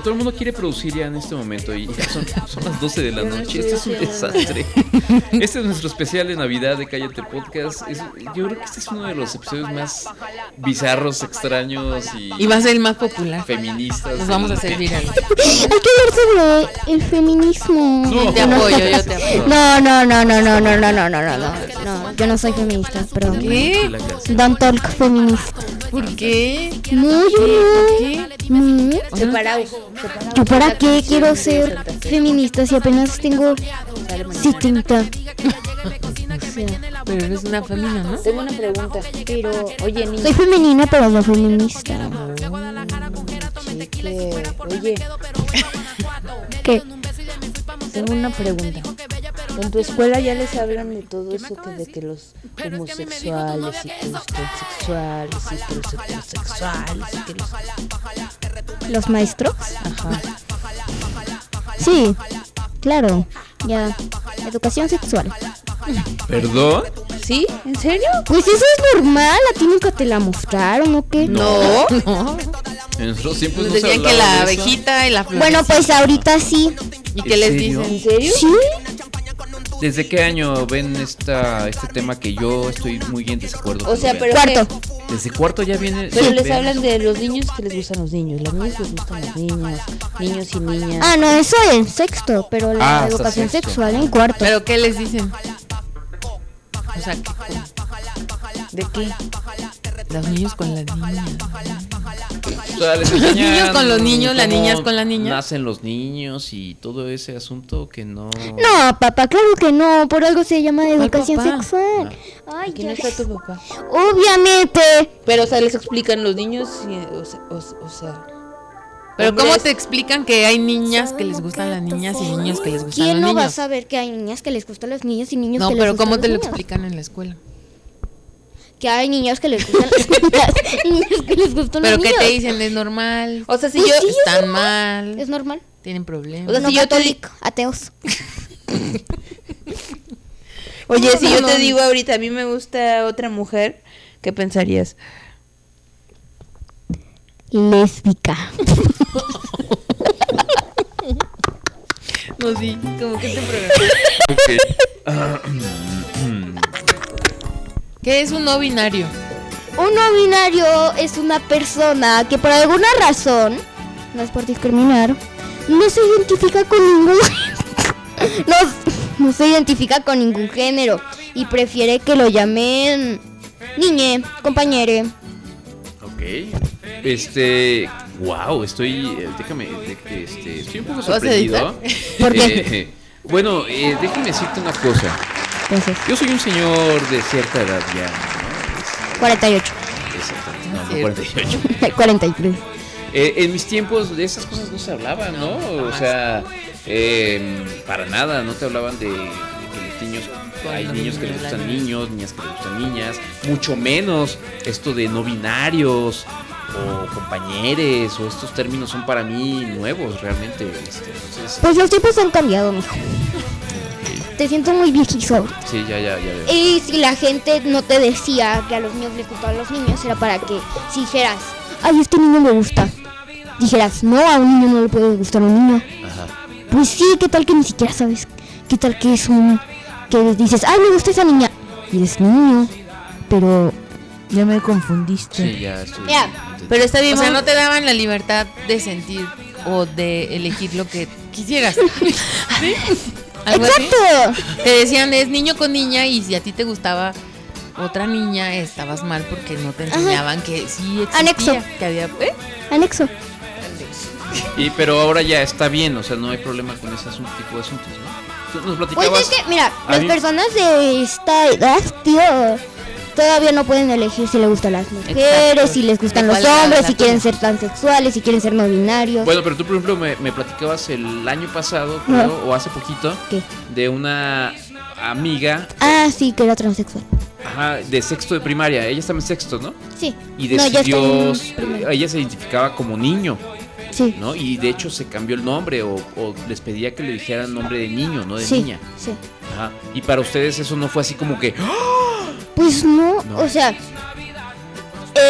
Speaker 1: Todo el mundo quiere producir ya en este momento y ya son, son las 12 de la noche. Este es un desastre. Este es nuestro especial de Navidad de Cállate Podcast. Es- yo creo que este es uno de los episodios más bizarros, extraños y,
Speaker 11: Y va a ser el más popular.
Speaker 1: feministas.
Speaker 11: Nos vamos a hacer viral.
Speaker 9: Hay que hablar sobre el feminismo.
Speaker 1: No. Te
Speaker 11: apoyo, yo te apoyo.
Speaker 9: No, no, no, no, no, no, no, no, no, no, no. No, yo no soy feminista, perdón.
Speaker 11: ¿Qué?
Speaker 9: Don't talk feminista.
Speaker 11: ¿Por qué?
Speaker 9: No, yo no. Mm.
Speaker 10: Separado.
Speaker 9: ¿Yo para qué quiero ser feminista si apenas tengo 70?
Speaker 11: Pero eres una familia, ¿no?
Speaker 12: Tengo una pregunta, pero oye, niña,
Speaker 9: Soy femenina, pero no feminista.
Speaker 12: chicle, oye,
Speaker 9: ¿Qué?
Speaker 12: tengo una pregunta. En tu escuela ya les hablan de todo eso que de que los homosexuales y que los transexuales y que los heterosexuales y que los
Speaker 9: ¿Los maestros?
Speaker 12: ajá.
Speaker 9: Sí, claro. Ya. Educación sexual.
Speaker 1: ¿Perdón?
Speaker 10: ¿Sí? ¿En serio?
Speaker 9: Pues eso es normal. ¿A ti nunca te la mostraron o qué?
Speaker 11: No. No.
Speaker 1: En nuestros tiempos
Speaker 11: Nos
Speaker 1: no se
Speaker 11: decían que
Speaker 1: hablaba
Speaker 11: la
Speaker 1: de eso.
Speaker 11: abejita y la flor.
Speaker 9: Bueno, pues ahorita sí.
Speaker 11: ¿y
Speaker 1: ¿En
Speaker 11: qué les
Speaker 1: serio?
Speaker 11: dicen?
Speaker 12: ¿En serio?
Speaker 9: ¿Sí?
Speaker 1: ¿Desde qué año ven esta, este tema que yo estoy muy en desacuerdo?
Speaker 12: O
Speaker 1: que
Speaker 12: sea,
Speaker 1: lo
Speaker 12: pero
Speaker 1: vean?
Speaker 9: Cuarto.
Speaker 1: Desde cuarto ya viene...
Speaker 12: Pero les
Speaker 1: ven-
Speaker 12: hablan de los niños que les gustan los niños, las niñas les gustan las niñas, niños y niñas.
Speaker 9: Ah, no, eso en sexto, pero la
Speaker 1: Ah, hasta
Speaker 9: educación
Speaker 1: sexto.
Speaker 9: sexual en cuarto.
Speaker 11: ¿Pero qué les dicen? O sea, que
Speaker 12: ¿De qué?
Speaker 11: los niños con las niñas.
Speaker 1: O sea, les
Speaker 11: Los
Speaker 1: enseñan
Speaker 11: niños con los niños, las
Speaker 1: cómo
Speaker 11: niñas con las niñas.
Speaker 1: Nacen los niños y todo ese asunto que no.
Speaker 9: No, papá, claro que no. Por algo se llama educación
Speaker 11: papá?
Speaker 9: sexual. Ay,
Speaker 12: ¿Quién
Speaker 9: ya.
Speaker 12: está tu papá?
Speaker 9: Obviamente.
Speaker 10: Pero, o sea, les
Speaker 12: Explican los niños y, o sea, o- o sea,
Speaker 11: Pero ¿cómo
Speaker 12: Hombres.
Speaker 11: te explican que hay niñas que les gustan las niñas y niños que les gustan
Speaker 9: ¿Quién
Speaker 11: los
Speaker 9: no va a
Speaker 11: niños?
Speaker 9: saber que hay niñas que les gustan los niños y niños
Speaker 11: No,
Speaker 9: que les
Speaker 11: pero
Speaker 9: gustan
Speaker 11: ¿cómo te lo
Speaker 9: los niños?
Speaker 11: explican en la escuela?
Speaker 9: Que hay niñas que les gustan las niñas (laughs) y niños que les gustan
Speaker 11: ¿Pero
Speaker 9: los
Speaker 11: qué
Speaker 9: niños.
Speaker 11: te dicen? Es normal,
Speaker 10: O sea, si
Speaker 9: Pues
Speaker 10: yo.
Speaker 9: sí, es
Speaker 11: están
Speaker 9: normal.
Speaker 11: mal,
Speaker 9: Es normal.
Speaker 11: tienen
Speaker 10: O
Speaker 11: problemas.
Speaker 10: sea,
Speaker 9: No
Speaker 10: si yo te di-
Speaker 9: católico, ateos.
Speaker 10: Oye,
Speaker 11: No,
Speaker 10: si
Speaker 11: no,
Speaker 10: yo
Speaker 11: no,
Speaker 10: te
Speaker 11: no.
Speaker 10: digo ahorita, a mí me gusta otra mujer, ¿qué pensarías?
Speaker 9: lésbica. (laughs)
Speaker 11: No, sí, como que este programa. ¿Qué es un no binario?
Speaker 9: Un no binario es una persona que por alguna razón, no es por discriminar, no se identifica con ningún (laughs) no, no se identifica con ningún género y prefiere que lo llamen niñe, compañere.
Speaker 1: Ok. Este. Wow, estoy. eh, Déjame. de- Este, estoy un poco
Speaker 11: ¿Lo vas a
Speaker 1: sorprendido.
Speaker 11: editar? ¿Por qué?
Speaker 1: Eh, bueno, eh, déjame decirte una cosa.
Speaker 9: Entonces,
Speaker 1: Yo soy un señor de cierta edad ya. ¿no?
Speaker 9: (laughs) 48.
Speaker 1: Es- Exactamente. No, no,
Speaker 9: Cierto.
Speaker 1: 48.
Speaker 9: 43.
Speaker 1: Eh, en mis tiempos de esas cosas no se hablaban, ¿no? o sea, eh, para nada, no te hablaban de, de que los niños, hay niños que les gustan niños, niñas que les gustan niñas, mucho menos esto de no binarios o compañeros o estos términos son para mí nuevos realmente. este, entonces,
Speaker 9: Pues los tiempos han cambiado, mijo. Te siento muy viejizo. ahorita.
Speaker 1: sí, ya, ya, ya veo.
Speaker 9: Y si la gente no te decía que a los niños les gustaban los niños, era para que si dijeras, ay, este niño me gusta. Dijeras, no, a un niño no le puede gustar un niño.
Speaker 1: Ajá.
Speaker 9: Pues sí, ¿qué tal que ni siquiera sabes? ¿Qué tal que es un... que dices, ay, me gusta esa niña? Y eres niño, pero...
Speaker 10: Ya me confundiste.
Speaker 1: Sí, ya estoy.
Speaker 11: Ya,
Speaker 10: pero está bien.
Speaker 11: O sea,
Speaker 10: vamos-
Speaker 11: no te daban la libertad de sentir o de elegir lo que
Speaker 10: (laughs)
Speaker 11: quisieras. ¿Sí? ¿Algo así? Te decían, es niño con niña y si a ti te gustaba otra niña, estabas mal porque no te enseñaban que sí existía.
Speaker 9: Anexo.
Speaker 11: Que había... ¿eh?
Speaker 9: Anexo.
Speaker 1: Y pero ahora ya está bien, o sea, no hay problema con ese asunto- tipo de asuntos, ¿no? Tú nos
Speaker 9: Pues
Speaker 1: platicabas.
Speaker 9: es que, mira,
Speaker 1: A
Speaker 9: las
Speaker 1: mí-
Speaker 9: personas de esta edad, tío, todavía no pueden elegir si les gustan las mujeres,
Speaker 1: Exacto.
Speaker 9: si les gustan
Speaker 1: ¿De
Speaker 9: los
Speaker 1: cuál era
Speaker 9: hombres,
Speaker 1: la
Speaker 9: si quieren ser transexuales, si quieren ser no binarios.
Speaker 1: Bueno, pero tú, por ejemplo, me, me platicabas el año pasado,
Speaker 9: No.
Speaker 1: creo, o hace poquito,
Speaker 9: ¿Qué?
Speaker 1: de una amiga,
Speaker 9: Ah, sí, que era transexual.
Speaker 1: ajá, de sexto de primaria. Ella estaba en sexto, ¿no?
Speaker 9: Sí.
Speaker 1: Y
Speaker 9: No, ya
Speaker 1: decidió,
Speaker 9: está en primaria.
Speaker 1: ella se identificaba como niño,
Speaker 9: Sí.
Speaker 1: ¿no? Y de hecho se cambió el nombre, o, o les pedía que le dijeran nombre de niño, no de
Speaker 9: sí,
Speaker 1: niña.
Speaker 9: sí.
Speaker 1: Ajá. Y para ustedes eso no fue así como que, ¡Ah!
Speaker 9: Pues no,
Speaker 1: No.
Speaker 9: o sea,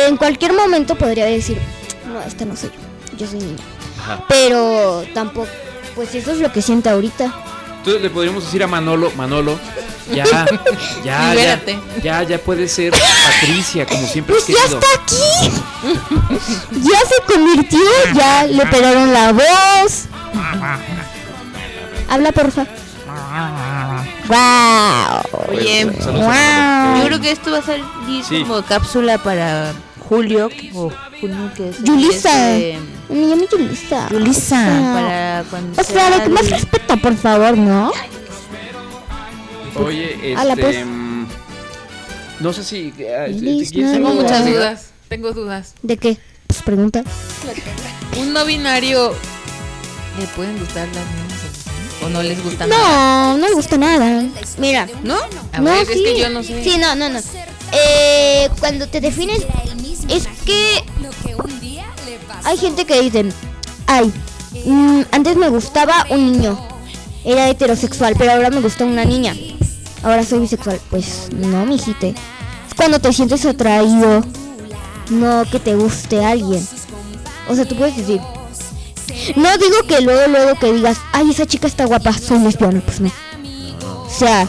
Speaker 9: en cualquier momento podría decir, no, esta no soy yo, yo soy niña.
Speaker 1: Ajá.
Speaker 9: Pero tampoco, pues eso es lo que siento ahorita.
Speaker 1: Entonces le podríamos decir a Manolo, Manolo,
Speaker 9: (laughs)
Speaker 1: ya, ya, ya,
Speaker 9: Libérate.
Speaker 1: ya, ya puede ser Patricia, como siempre has
Speaker 9: Pues ya
Speaker 1: querido.
Speaker 9: está aquí. (laughs) ya se convirtió, ya le operaron la voz. Habla, porfa. ¡Wow!
Speaker 10: Oye,
Speaker 9: Guau.
Speaker 10: yo creo que esto va a salir
Speaker 9: Sí.
Speaker 10: como cápsula para Julio o junio que es.
Speaker 9: Yulisa.
Speaker 10: es, eh,
Speaker 9: Me llamo Yulisa.
Speaker 10: Yulisa,
Speaker 9: O sea,
Speaker 10: para cuando
Speaker 9: O sea,
Speaker 10: sea
Speaker 9: lo que más
Speaker 10: el-
Speaker 9: respeto, por favor, ¿no?
Speaker 1: Oye, este.
Speaker 9: Ala, pues.
Speaker 1: mm, No sé si. ah, este,
Speaker 9: Feliz
Speaker 1: ¿quieres
Speaker 9: Navidad.
Speaker 11: Tengo
Speaker 1: algo
Speaker 11: muchas
Speaker 1: más?
Speaker 11: dudas. Tengo dudas.
Speaker 9: ¿De qué? Pues pregunta.
Speaker 11: ¿Un no binario le pueden gustar las niñas o no les gustan?
Speaker 9: No, no me gusta nada. Mira,
Speaker 11: ¿no? A
Speaker 9: no,
Speaker 11: ver, es
Speaker 9: sí.
Speaker 11: que yo no sé.
Speaker 9: Sí, no, no, no. Eh, cuando te defines, es que hay gente que dice, ay, mm, antes me gustaba un niño, era heterosexual, pero ahora me gusta una niña, ahora soy bisexual. Pues no, mijite. Es cuando te sientes atraído, no que te guste alguien. O sea, tú puedes decir, no digo que luego, luego que digas, ay, esa chica está guapa, soy lesbiana, pues no. O sea,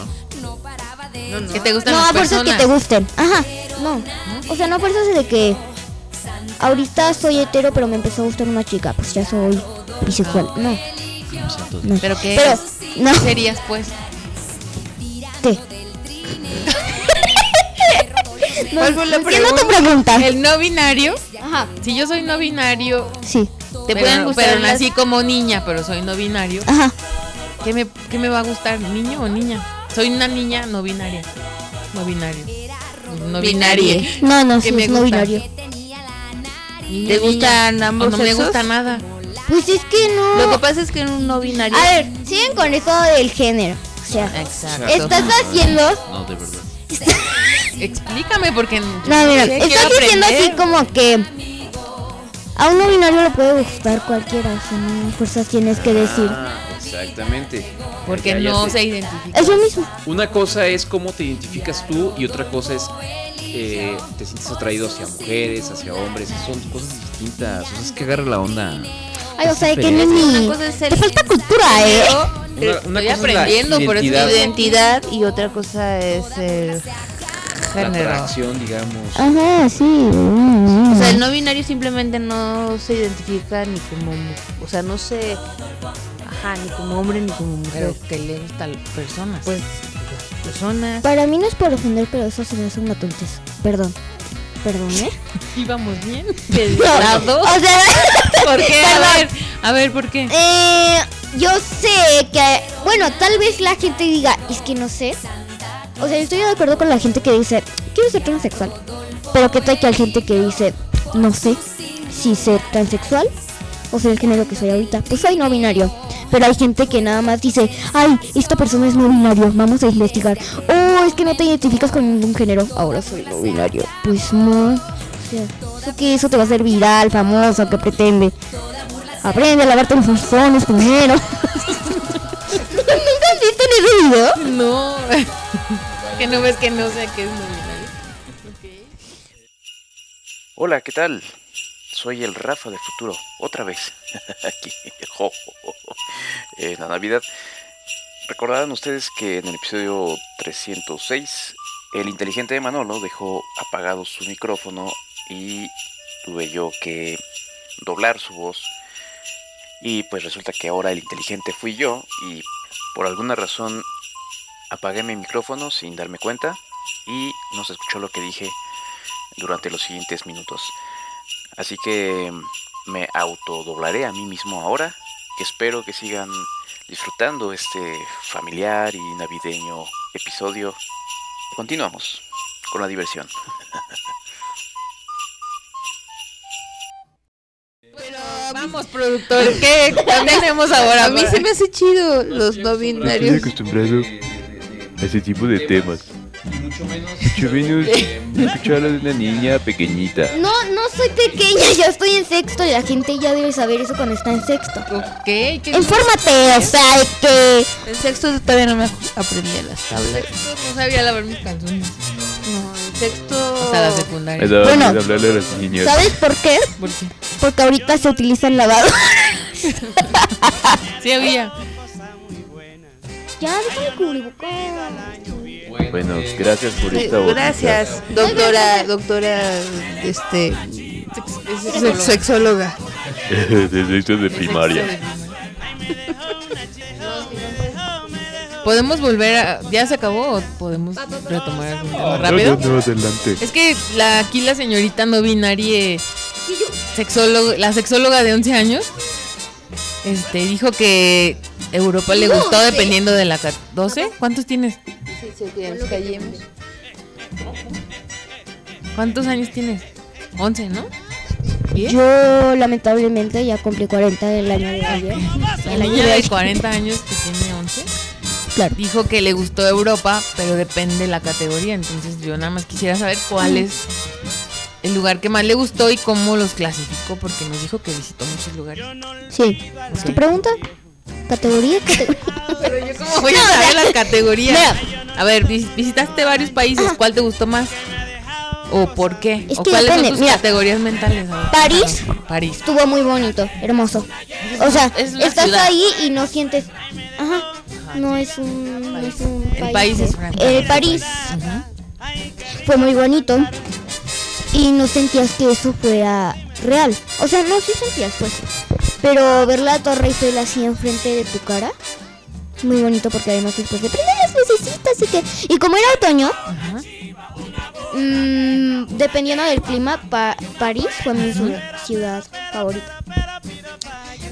Speaker 11: Que te gustan
Speaker 9: no
Speaker 11: las
Speaker 9: a fuerzas que
Speaker 11: personas.
Speaker 9: te gusten. Ajá, no. O sea, no a fuerzas de que ahorita soy hetero, pero me empezó a gustar una chica, pues ya soy bisexual. No. no.
Speaker 11: Pero que
Speaker 9: Pero, no.
Speaker 11: serías pues. (laughs)
Speaker 9: ¿Qué? No,
Speaker 11: ¿Cuál fue la
Speaker 9: ¿por qué no te
Speaker 11: pregunta?
Speaker 9: preguntas?
Speaker 11: El no binario. Si yo soy no binario.
Speaker 9: Sí.
Speaker 11: Te
Speaker 10: Pero-
Speaker 11: pueden gustar.
Speaker 10: pero
Speaker 11: Pero
Speaker 10: nací
Speaker 11: nací como niña, pero soy no binario.
Speaker 9: Ajá.
Speaker 11: ¿Qué me, ¿Qué me va a gustar? ¿Niño o niña? Soy una niña no binaria. No binario. No binaria.
Speaker 9: No, no,
Speaker 11: ¿Qué
Speaker 9: sí,
Speaker 11: me
Speaker 9: es no
Speaker 11: gusta?
Speaker 9: binario.
Speaker 11: Niño,
Speaker 10: ¿Te
Speaker 11: niña.
Speaker 10: gustan ambos
Speaker 11: O No me
Speaker 10: sexos?
Speaker 11: gusta nada.
Speaker 9: Pues es que no.
Speaker 10: Lo que pasa es que en un no binario.
Speaker 9: A ver, siguen con eso del género. O sea,
Speaker 10: Exacto.
Speaker 9: estás haciendo.
Speaker 1: No, de verdad.
Speaker 11: Explícame porque.
Speaker 9: No, mira,
Speaker 11: sé,
Speaker 9: estás
Speaker 11: quiero
Speaker 9: diciendo así
Speaker 11: aprender.
Speaker 9: como que. A un no binario le puede gustar cualquiera, o sea, no fuerzas tienes que decir.
Speaker 1: Ah, exactamente.
Speaker 11: Porque
Speaker 1: Ya, ya
Speaker 11: no
Speaker 1: sé.
Speaker 11: se identifica.
Speaker 9: Es lo mismo.
Speaker 1: Una cosa es cómo te identificas tú y otra cosa es eh, te sientes atraído hacia mujeres, hacia hombres, son cosas distintas. O sea, es que agarra la onda.
Speaker 9: Ay, o sea, que no es
Speaker 1: Pero-
Speaker 9: ni. Te falta cultura, eh.
Speaker 1: Una- una
Speaker 10: Estoy
Speaker 1: cosa es la
Speaker 10: aprendiendo, pero es mi
Speaker 1: identidad.
Speaker 10: identidad y otra cosa es el
Speaker 1: La
Speaker 10: género.
Speaker 1: atracción, digamos.
Speaker 11: Ah,
Speaker 9: Ajá, sí. mm,
Speaker 10: O sea, el no binario simplemente no se identifica ni como, mu- o sea, no se, ajá, ni como hombre ni como mujer.
Speaker 11: Pero que le gusta a las personas.
Speaker 10: Pues las personas.
Speaker 9: Para mí no es por ofender, pero eso se me hace una tontez. Perdón. Perdón, ¿eh?
Speaker 11: Íbamos bien. (laughs)
Speaker 9: No, o sea, (laughs)
Speaker 11: ¿Por qué?
Speaker 9: Perdón.
Speaker 11: A ver, a ver, ¿por qué?
Speaker 9: Eh, yo sé que, bueno, tal vez la gente diga, es que no sé. O sea, yo estoy de acuerdo con la gente que dice, quiero ser transexual. Pero qué tal que hay gente que dice, no sé si ser transexual o ser el género que soy ahorita. Pues soy no binario. Pero hay gente que nada más dice, ay, esta persona es no binario, vamos a investigar. Oh, es que no te identificas con ningún género, ahora soy no binario. Pues no. O sea, ¿eso qué? Eso te va a hacer viral, famoso, que pretende. Aprende a lavarte los calzones (laughs) primero. ¿Nunca has visto en ese video?
Speaker 11: No. (laughs) que no ves que no sea que es nominario.
Speaker 13: Hola, ¿qué tal? Soy el Rafa del futuro, otra vez. (laughs) Aquí. Jo, jo, jo, jo. En la Navidad. Recordarán ustedes que en el episodio 306, el inteligente de Manolo dejó apagado su micrófono y tuve yo que doblar su voz. Y pues resulta que ahora el inteligente fui yo y por alguna razón apagué mi micrófono sin darme cuenta y no se escuchó lo que dije durante los siguientes minutos. Así que mm, me autodoblaré a mí mismo ahora. Espero que sigan disfrutando este familiar y navideño episodio. Continuamos con la diversión.
Speaker 11: Vamos, productor. ¿Qué tenemos ahora?
Speaker 10: A mí se me hace chido los no binarios.
Speaker 14: acostumbrado a ese tipo de temas. Mucho menos
Speaker 1: (laughs)
Speaker 14: escuchar de una niña pequeñita.
Speaker 9: No, no soy pequeña, yo estoy en sexto y la gente ya debe saber eso cuando está en sexto.
Speaker 11: ¿Qué?
Speaker 9: Infórmate, o sea, de que...
Speaker 10: En sexto yo todavía no me aprendí a las tablas.
Speaker 11: No sabía lavar mis calzones.
Speaker 10: No, en sexto.
Speaker 11: Hasta la secundaria.
Speaker 14: Me daba
Speaker 9: Bueno,
Speaker 14: miedo hablarle a las niñas.
Speaker 9: ¿Sabes por qué? Porque ahorita se utiliza el lavado.
Speaker 11: Sí había.
Speaker 9: (laughs) ya, deja el cubrebocas.
Speaker 14: Bueno, gracias por
Speaker 10: Eh,
Speaker 14: esta voz.
Speaker 10: Gracias, doctora, doctora, este,
Speaker 11: sexóloga.
Speaker 10: sex- sexóloga.
Speaker 14: De sexto de primaria.
Speaker 11: ¿Podemos volver a.? ¿Ya se acabó o podemos retomar algún tema rápido?
Speaker 14: No, no, no, adelante.
Speaker 11: Es que la, aquí la señorita no binaria, sexólogo- la sexóloga de 11 años, este, dijo que Europa le gustó
Speaker 10: 12.
Speaker 11: dependiendo de la. ca- ¿12? ¿Cuántos tienes?
Speaker 10: Sí, sí, que nos callemos.
Speaker 11: ¿Cuántos años tienes? 11, ¿no? ¿Diez?
Speaker 9: Yo lamentablemente ya cumplí 40 del año de ayer.
Speaker 11: La niña de 40 años que tiene 11 dijo que le gustó Europa, pero depende de la categoría. Entonces yo nada más quisiera saber cuál es el lugar que más le gustó y cómo los clasificó, porque nos dijo que visitó muchos lugares.
Speaker 9: Sí. ¿Es tu pregunta? ¿Categoría? ¿Categoría?
Speaker 11: Pero yo como voy a saber las categorías. A ver, vis- visitaste varios países, ¿cuál te gustó más? ¿O por qué?
Speaker 9: Es
Speaker 11: ¿O
Speaker 9: que
Speaker 11: cuáles son
Speaker 9: depende,
Speaker 11: tus
Speaker 9: mira.
Speaker 11: categorías mentales? A ver,
Speaker 9: París.
Speaker 11: París.
Speaker 9: Estuvo muy bonito, hermoso. O sea,
Speaker 11: Es una
Speaker 9: estás
Speaker 11: ciudad.
Speaker 9: ahí y no sientes... Ajá. No es un, no es un
Speaker 11: El país es Francia.
Speaker 9: El Eh, París fue muy bonito y no sentías que eso fuera real. O sea, no, sí sentías, pues. Pero ver la Torre Eiffel así enfrente de tu cara, muy bonito porque además después de prender las lucecitas y que... Y como era otoño, mm, dependiendo del clima, Pa- París fue mi ciudad- ciudad favorita.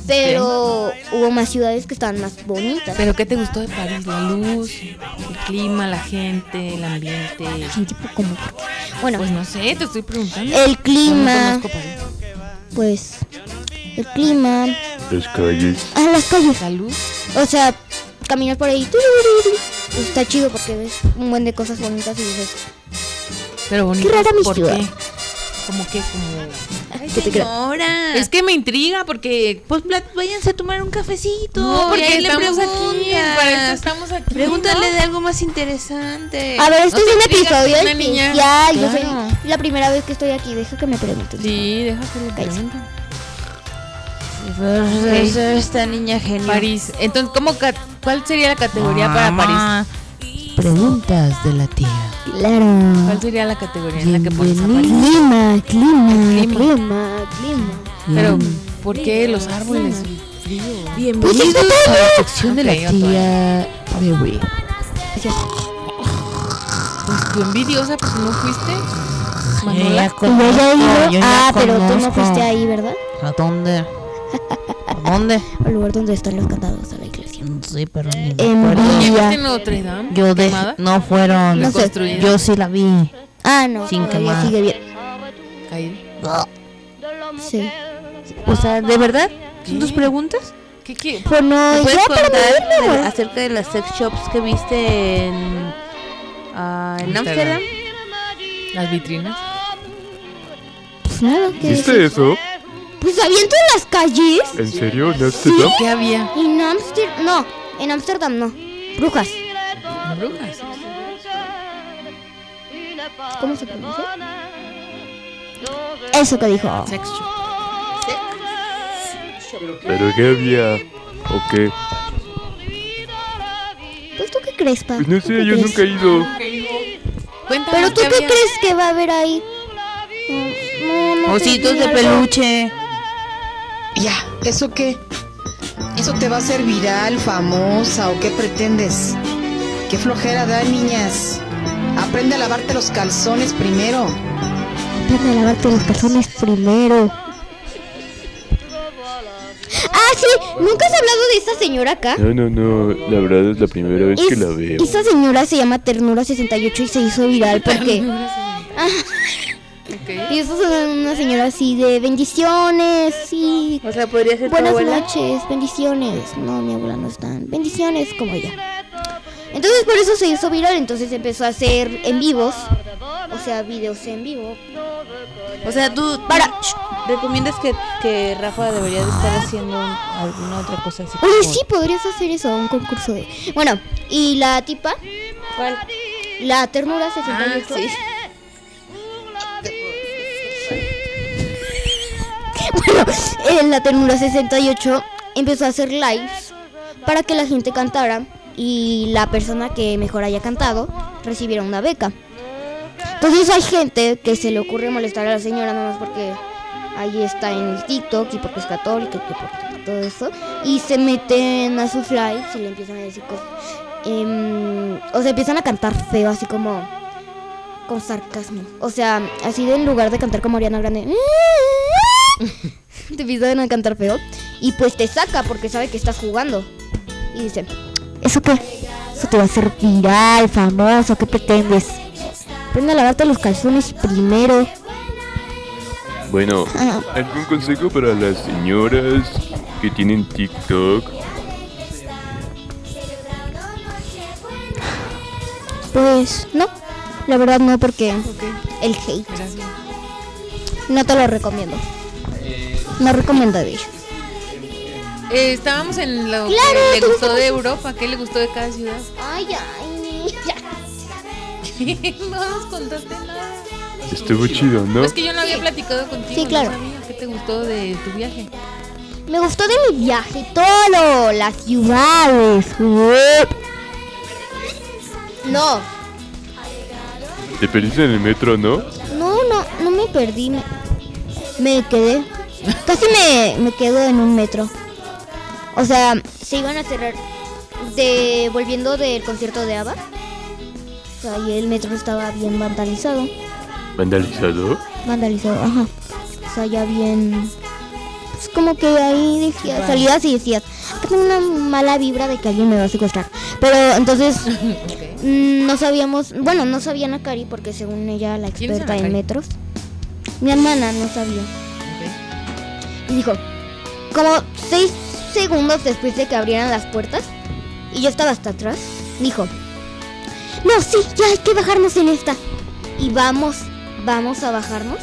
Speaker 9: Pero hubo más ciudades que estaban más bonitas.
Speaker 11: ¿Pero qué te gustó de París? La luz, el clima, la gente, el ambiente. La
Speaker 9: gente como Bueno,
Speaker 11: pues no sé, te estoy preguntando.
Speaker 9: El clima.
Speaker 11: No conozco París.
Speaker 9: Pues el clima.
Speaker 14: Las calles.
Speaker 9: Ah, las calles.
Speaker 11: La luz.
Speaker 9: O sea, caminas por ahí. turururu, pues Está chido porque ves un buen de cosas bonitas y dices.
Speaker 11: Pero bonito.
Speaker 9: Qué rara mi
Speaker 11: ¿Por
Speaker 9: ciudad.
Speaker 11: qué? Como que como
Speaker 10: Ay,
Speaker 9: "Ah, ¿Qué te crees?
Speaker 10: señora.
Speaker 11: Es que me intriga porque
Speaker 10: Pues pla- váyanse a tomar un cafecito.
Speaker 11: No, porque
Speaker 10: y ahí
Speaker 11: estamos aquí,
Speaker 10: preguntas.
Speaker 11: para eso estamos aquí,
Speaker 10: Pregúntale
Speaker 11: ¿no?
Speaker 10: de algo más interesante.
Speaker 9: A ver, esto
Speaker 11: No te
Speaker 9: es un
Speaker 11: intrigas,
Speaker 9: episodio
Speaker 11: una niña.
Speaker 9: especial. Yo
Speaker 11: Claro.
Speaker 9: soy la primera vez que estoy aquí. Deja que me pregunten.
Speaker 11: Sí, deja que le pregunten.
Speaker 10: Eso Pues, esta niña genio.
Speaker 11: París. Entonces, ¿cómo ca- ¿cuál sería la categoría para
Speaker 10: Mamá.
Speaker 11: París?
Speaker 12: Preguntas de la tía.
Speaker 11: ¿Cuál
Speaker 9: Claro.
Speaker 11: sería la categoría en la que pones a París?
Speaker 9: Clima, clima, clima, clima. Mm.
Speaker 11: Pero, ¿por qué los árboles? Frío.
Speaker 9: Pues
Speaker 12: Bienvenidos a la sección de la
Speaker 11: Ok, otra
Speaker 12: tía Perry.
Speaker 11: Pues tu envidiosa porque no fuiste.
Speaker 12: ya
Speaker 11: Manuela.
Speaker 9: Y yo ya he ido-
Speaker 12: yo ya
Speaker 9: ah, pero tú no
Speaker 12: conozco.
Speaker 9: fuiste ahí, ¿verdad?
Speaker 12: ¿A
Speaker 10: (laughs)
Speaker 12: dónde? ¿A dónde?
Speaker 9: Al lugar donde están los candados a la iglesia.
Speaker 12: Sí, pero ni me acuerdo.
Speaker 11: ¿Quién
Speaker 9: Envía.
Speaker 11: viste en Notre Dame?
Speaker 12: Yo de-
Speaker 11: ¿Quemada?
Speaker 12: no fueron.
Speaker 9: No sé.
Speaker 11: Reconstruida.
Speaker 12: Yo sí la vi.
Speaker 9: Ah, no.
Speaker 12: Sin
Speaker 9: todavía
Speaker 12: quemar.
Speaker 9: Sigue bien.
Speaker 11: Caída.
Speaker 9: Sí.
Speaker 10: O sea, ¿de verdad? ¿Son tus preguntas?
Speaker 11: ¿Qué, qué?
Speaker 9: Pues no,
Speaker 10: ¿Me
Speaker 9: ya
Speaker 10: puedes
Speaker 9: para
Speaker 10: contar
Speaker 9: moverme,
Speaker 10: de- ah,
Speaker 9: güey.
Speaker 10: acerca de las sex shops que viste en ah, en
Speaker 11: Amsterdam.
Speaker 10: Ámsterdam?
Speaker 11: Las vitrinas.
Speaker 9: Pues nada, ¿qué
Speaker 14: ¿Viste
Speaker 9: decir?
Speaker 14: eso?
Speaker 9: Pues aviento en las calles.
Speaker 14: ¿En serio? ¿No
Speaker 9: Sí.
Speaker 11: ¿Qué había?
Speaker 9: En Amsterdam, no. En Amsterdam, no. Brujas.
Speaker 11: Brujas.
Speaker 9: ¿Cómo se pronuncia? Eso que dijo.
Speaker 11: Sex shop.
Speaker 14: ¿Pero qué había? ¿O qué?
Speaker 9: Pues tú qué crees, pa.
Speaker 14: Pues no
Speaker 9: ¿Tú qué
Speaker 14: sé, yo
Speaker 9: crees?
Speaker 14: nunca he ido.
Speaker 11: Cuéntame.
Speaker 9: Pero tú qué
Speaker 11: había?
Speaker 9: crees que va a haber ahí? No, no, no
Speaker 10: Ositos
Speaker 9: sé,
Speaker 10: de
Speaker 9: algo.
Speaker 10: peluche.
Speaker 15: Ya, ¿eso qué? ¿Eso te va a hacer viral, famosa o qué pretendes? Qué flojera da, niñas. Aprende a lavarte los calzones primero.
Speaker 9: Aprende a lavarte los calzones primero. Ah, sí. ¿Nunca has hablado de esta señora acá?
Speaker 14: No, no, no. La verdad es la primera vez que la veo.
Speaker 9: Esa señora se llama Ternura68 y se hizo viral porque...
Speaker 11: Ok.
Speaker 9: (laughs) Y eso es una señora así de bendiciones, sí.
Speaker 10: O sea, podría ser tu
Speaker 9: Buenas
Speaker 10: abuela.
Speaker 9: noches, bendiciones. No, mi abuela no está. Bendiciones como ella. Entonces por eso se hizo viral, entonces empezó a hacer en vivos, o sea, videos en vivo.
Speaker 10: O sea, tú
Speaker 9: Para.
Speaker 10: recomiendas que, que Rafa debería de estar haciendo alguna otra cosa así.
Speaker 9: Oye,
Speaker 10: como-
Speaker 9: sí, podrías hacer eso, un concurso de... Bueno, y la tipa,
Speaker 10: ¿Cuál?
Speaker 9: la ternura 68.
Speaker 11: Ah, sí.
Speaker 10: Ah,
Speaker 9: Bueno, en la ternura 68 empezó a hacer lives para que la gente cantara y la persona que mejor haya cantado recibiera una beca. Entonces hay gente que se le ocurre molestar a la señora nada más porque ahí está en el TikTok y porque es católica y que porque todo eso. Y se meten a sus lives y le empiezan a decir cosas. em, o sea, empiezan a cantar feo, así como con sarcasmo. O sea, así de en lugar de cantar como Ariana Grande. (laughs) te empiezan a cantar feo. Y pues te saca porque sabe que estás jugando. Y dice, ¿eso qué? Eso te va a hacer viral, famoso, ¿qué pretendes? Prende a lavarte los calzones primero.
Speaker 14: Bueno, ¿algún consejo para las señoras que tienen TikTok?
Speaker 9: Pues no, la verdad no porque el hate.
Speaker 11: Gracias.
Speaker 9: No te lo recomiendo. No recomiendo de ellos.
Speaker 11: Eh, estábamos en lo
Speaker 9: Claro,
Speaker 11: que le
Speaker 9: tú
Speaker 11: gustó de
Speaker 9: estabas-
Speaker 11: Europa. ¿Qué le gustó de cada ciudad? (laughs)
Speaker 9: Ay, ay,
Speaker 11: no nos contaste nada.
Speaker 14: Estuvo chido, ¿no?
Speaker 11: Es que yo no había platicado contigo.
Speaker 9: Sí, claro.
Speaker 11: No sabía qué te gustó de tu viaje.
Speaker 9: Me gustó de mi viaje todo, las ciudades. No,
Speaker 14: Te perdiste en el metro, ¿no?
Speaker 9: no, no, no me perdí. Me, me quedé. Casi me, me quedo en un metro. O sea, se iban a cerrar. De, volviendo del concierto de ABBA. O sea, y el metro estaba bien vandalizado.
Speaker 14: ¿Vandalizado?
Speaker 9: Vandalizado, ajá. O sea, ya bien. Es como que ahí decía-
Speaker 11: Vale.
Speaker 9: salías y decías, que tengo una mala vibra de que alguien me va a secuestrar. Pero entonces
Speaker 11: (laughs) Ok.
Speaker 9: mm, no sabíamos, bueno, no sabía Nakari porque según ella la
Speaker 11: ¿Quién es
Speaker 9: experta en
Speaker 11: Nakari?
Speaker 9: metros, mi hermana no sabía.
Speaker 11: Ok.
Speaker 9: Y dijo, como seis segundos después de que abrieran las puertas, y yo estaba hasta atrás, dijo, no, sí, ya hay que bajarnos en esta. Y vamos, vamos a bajarnos.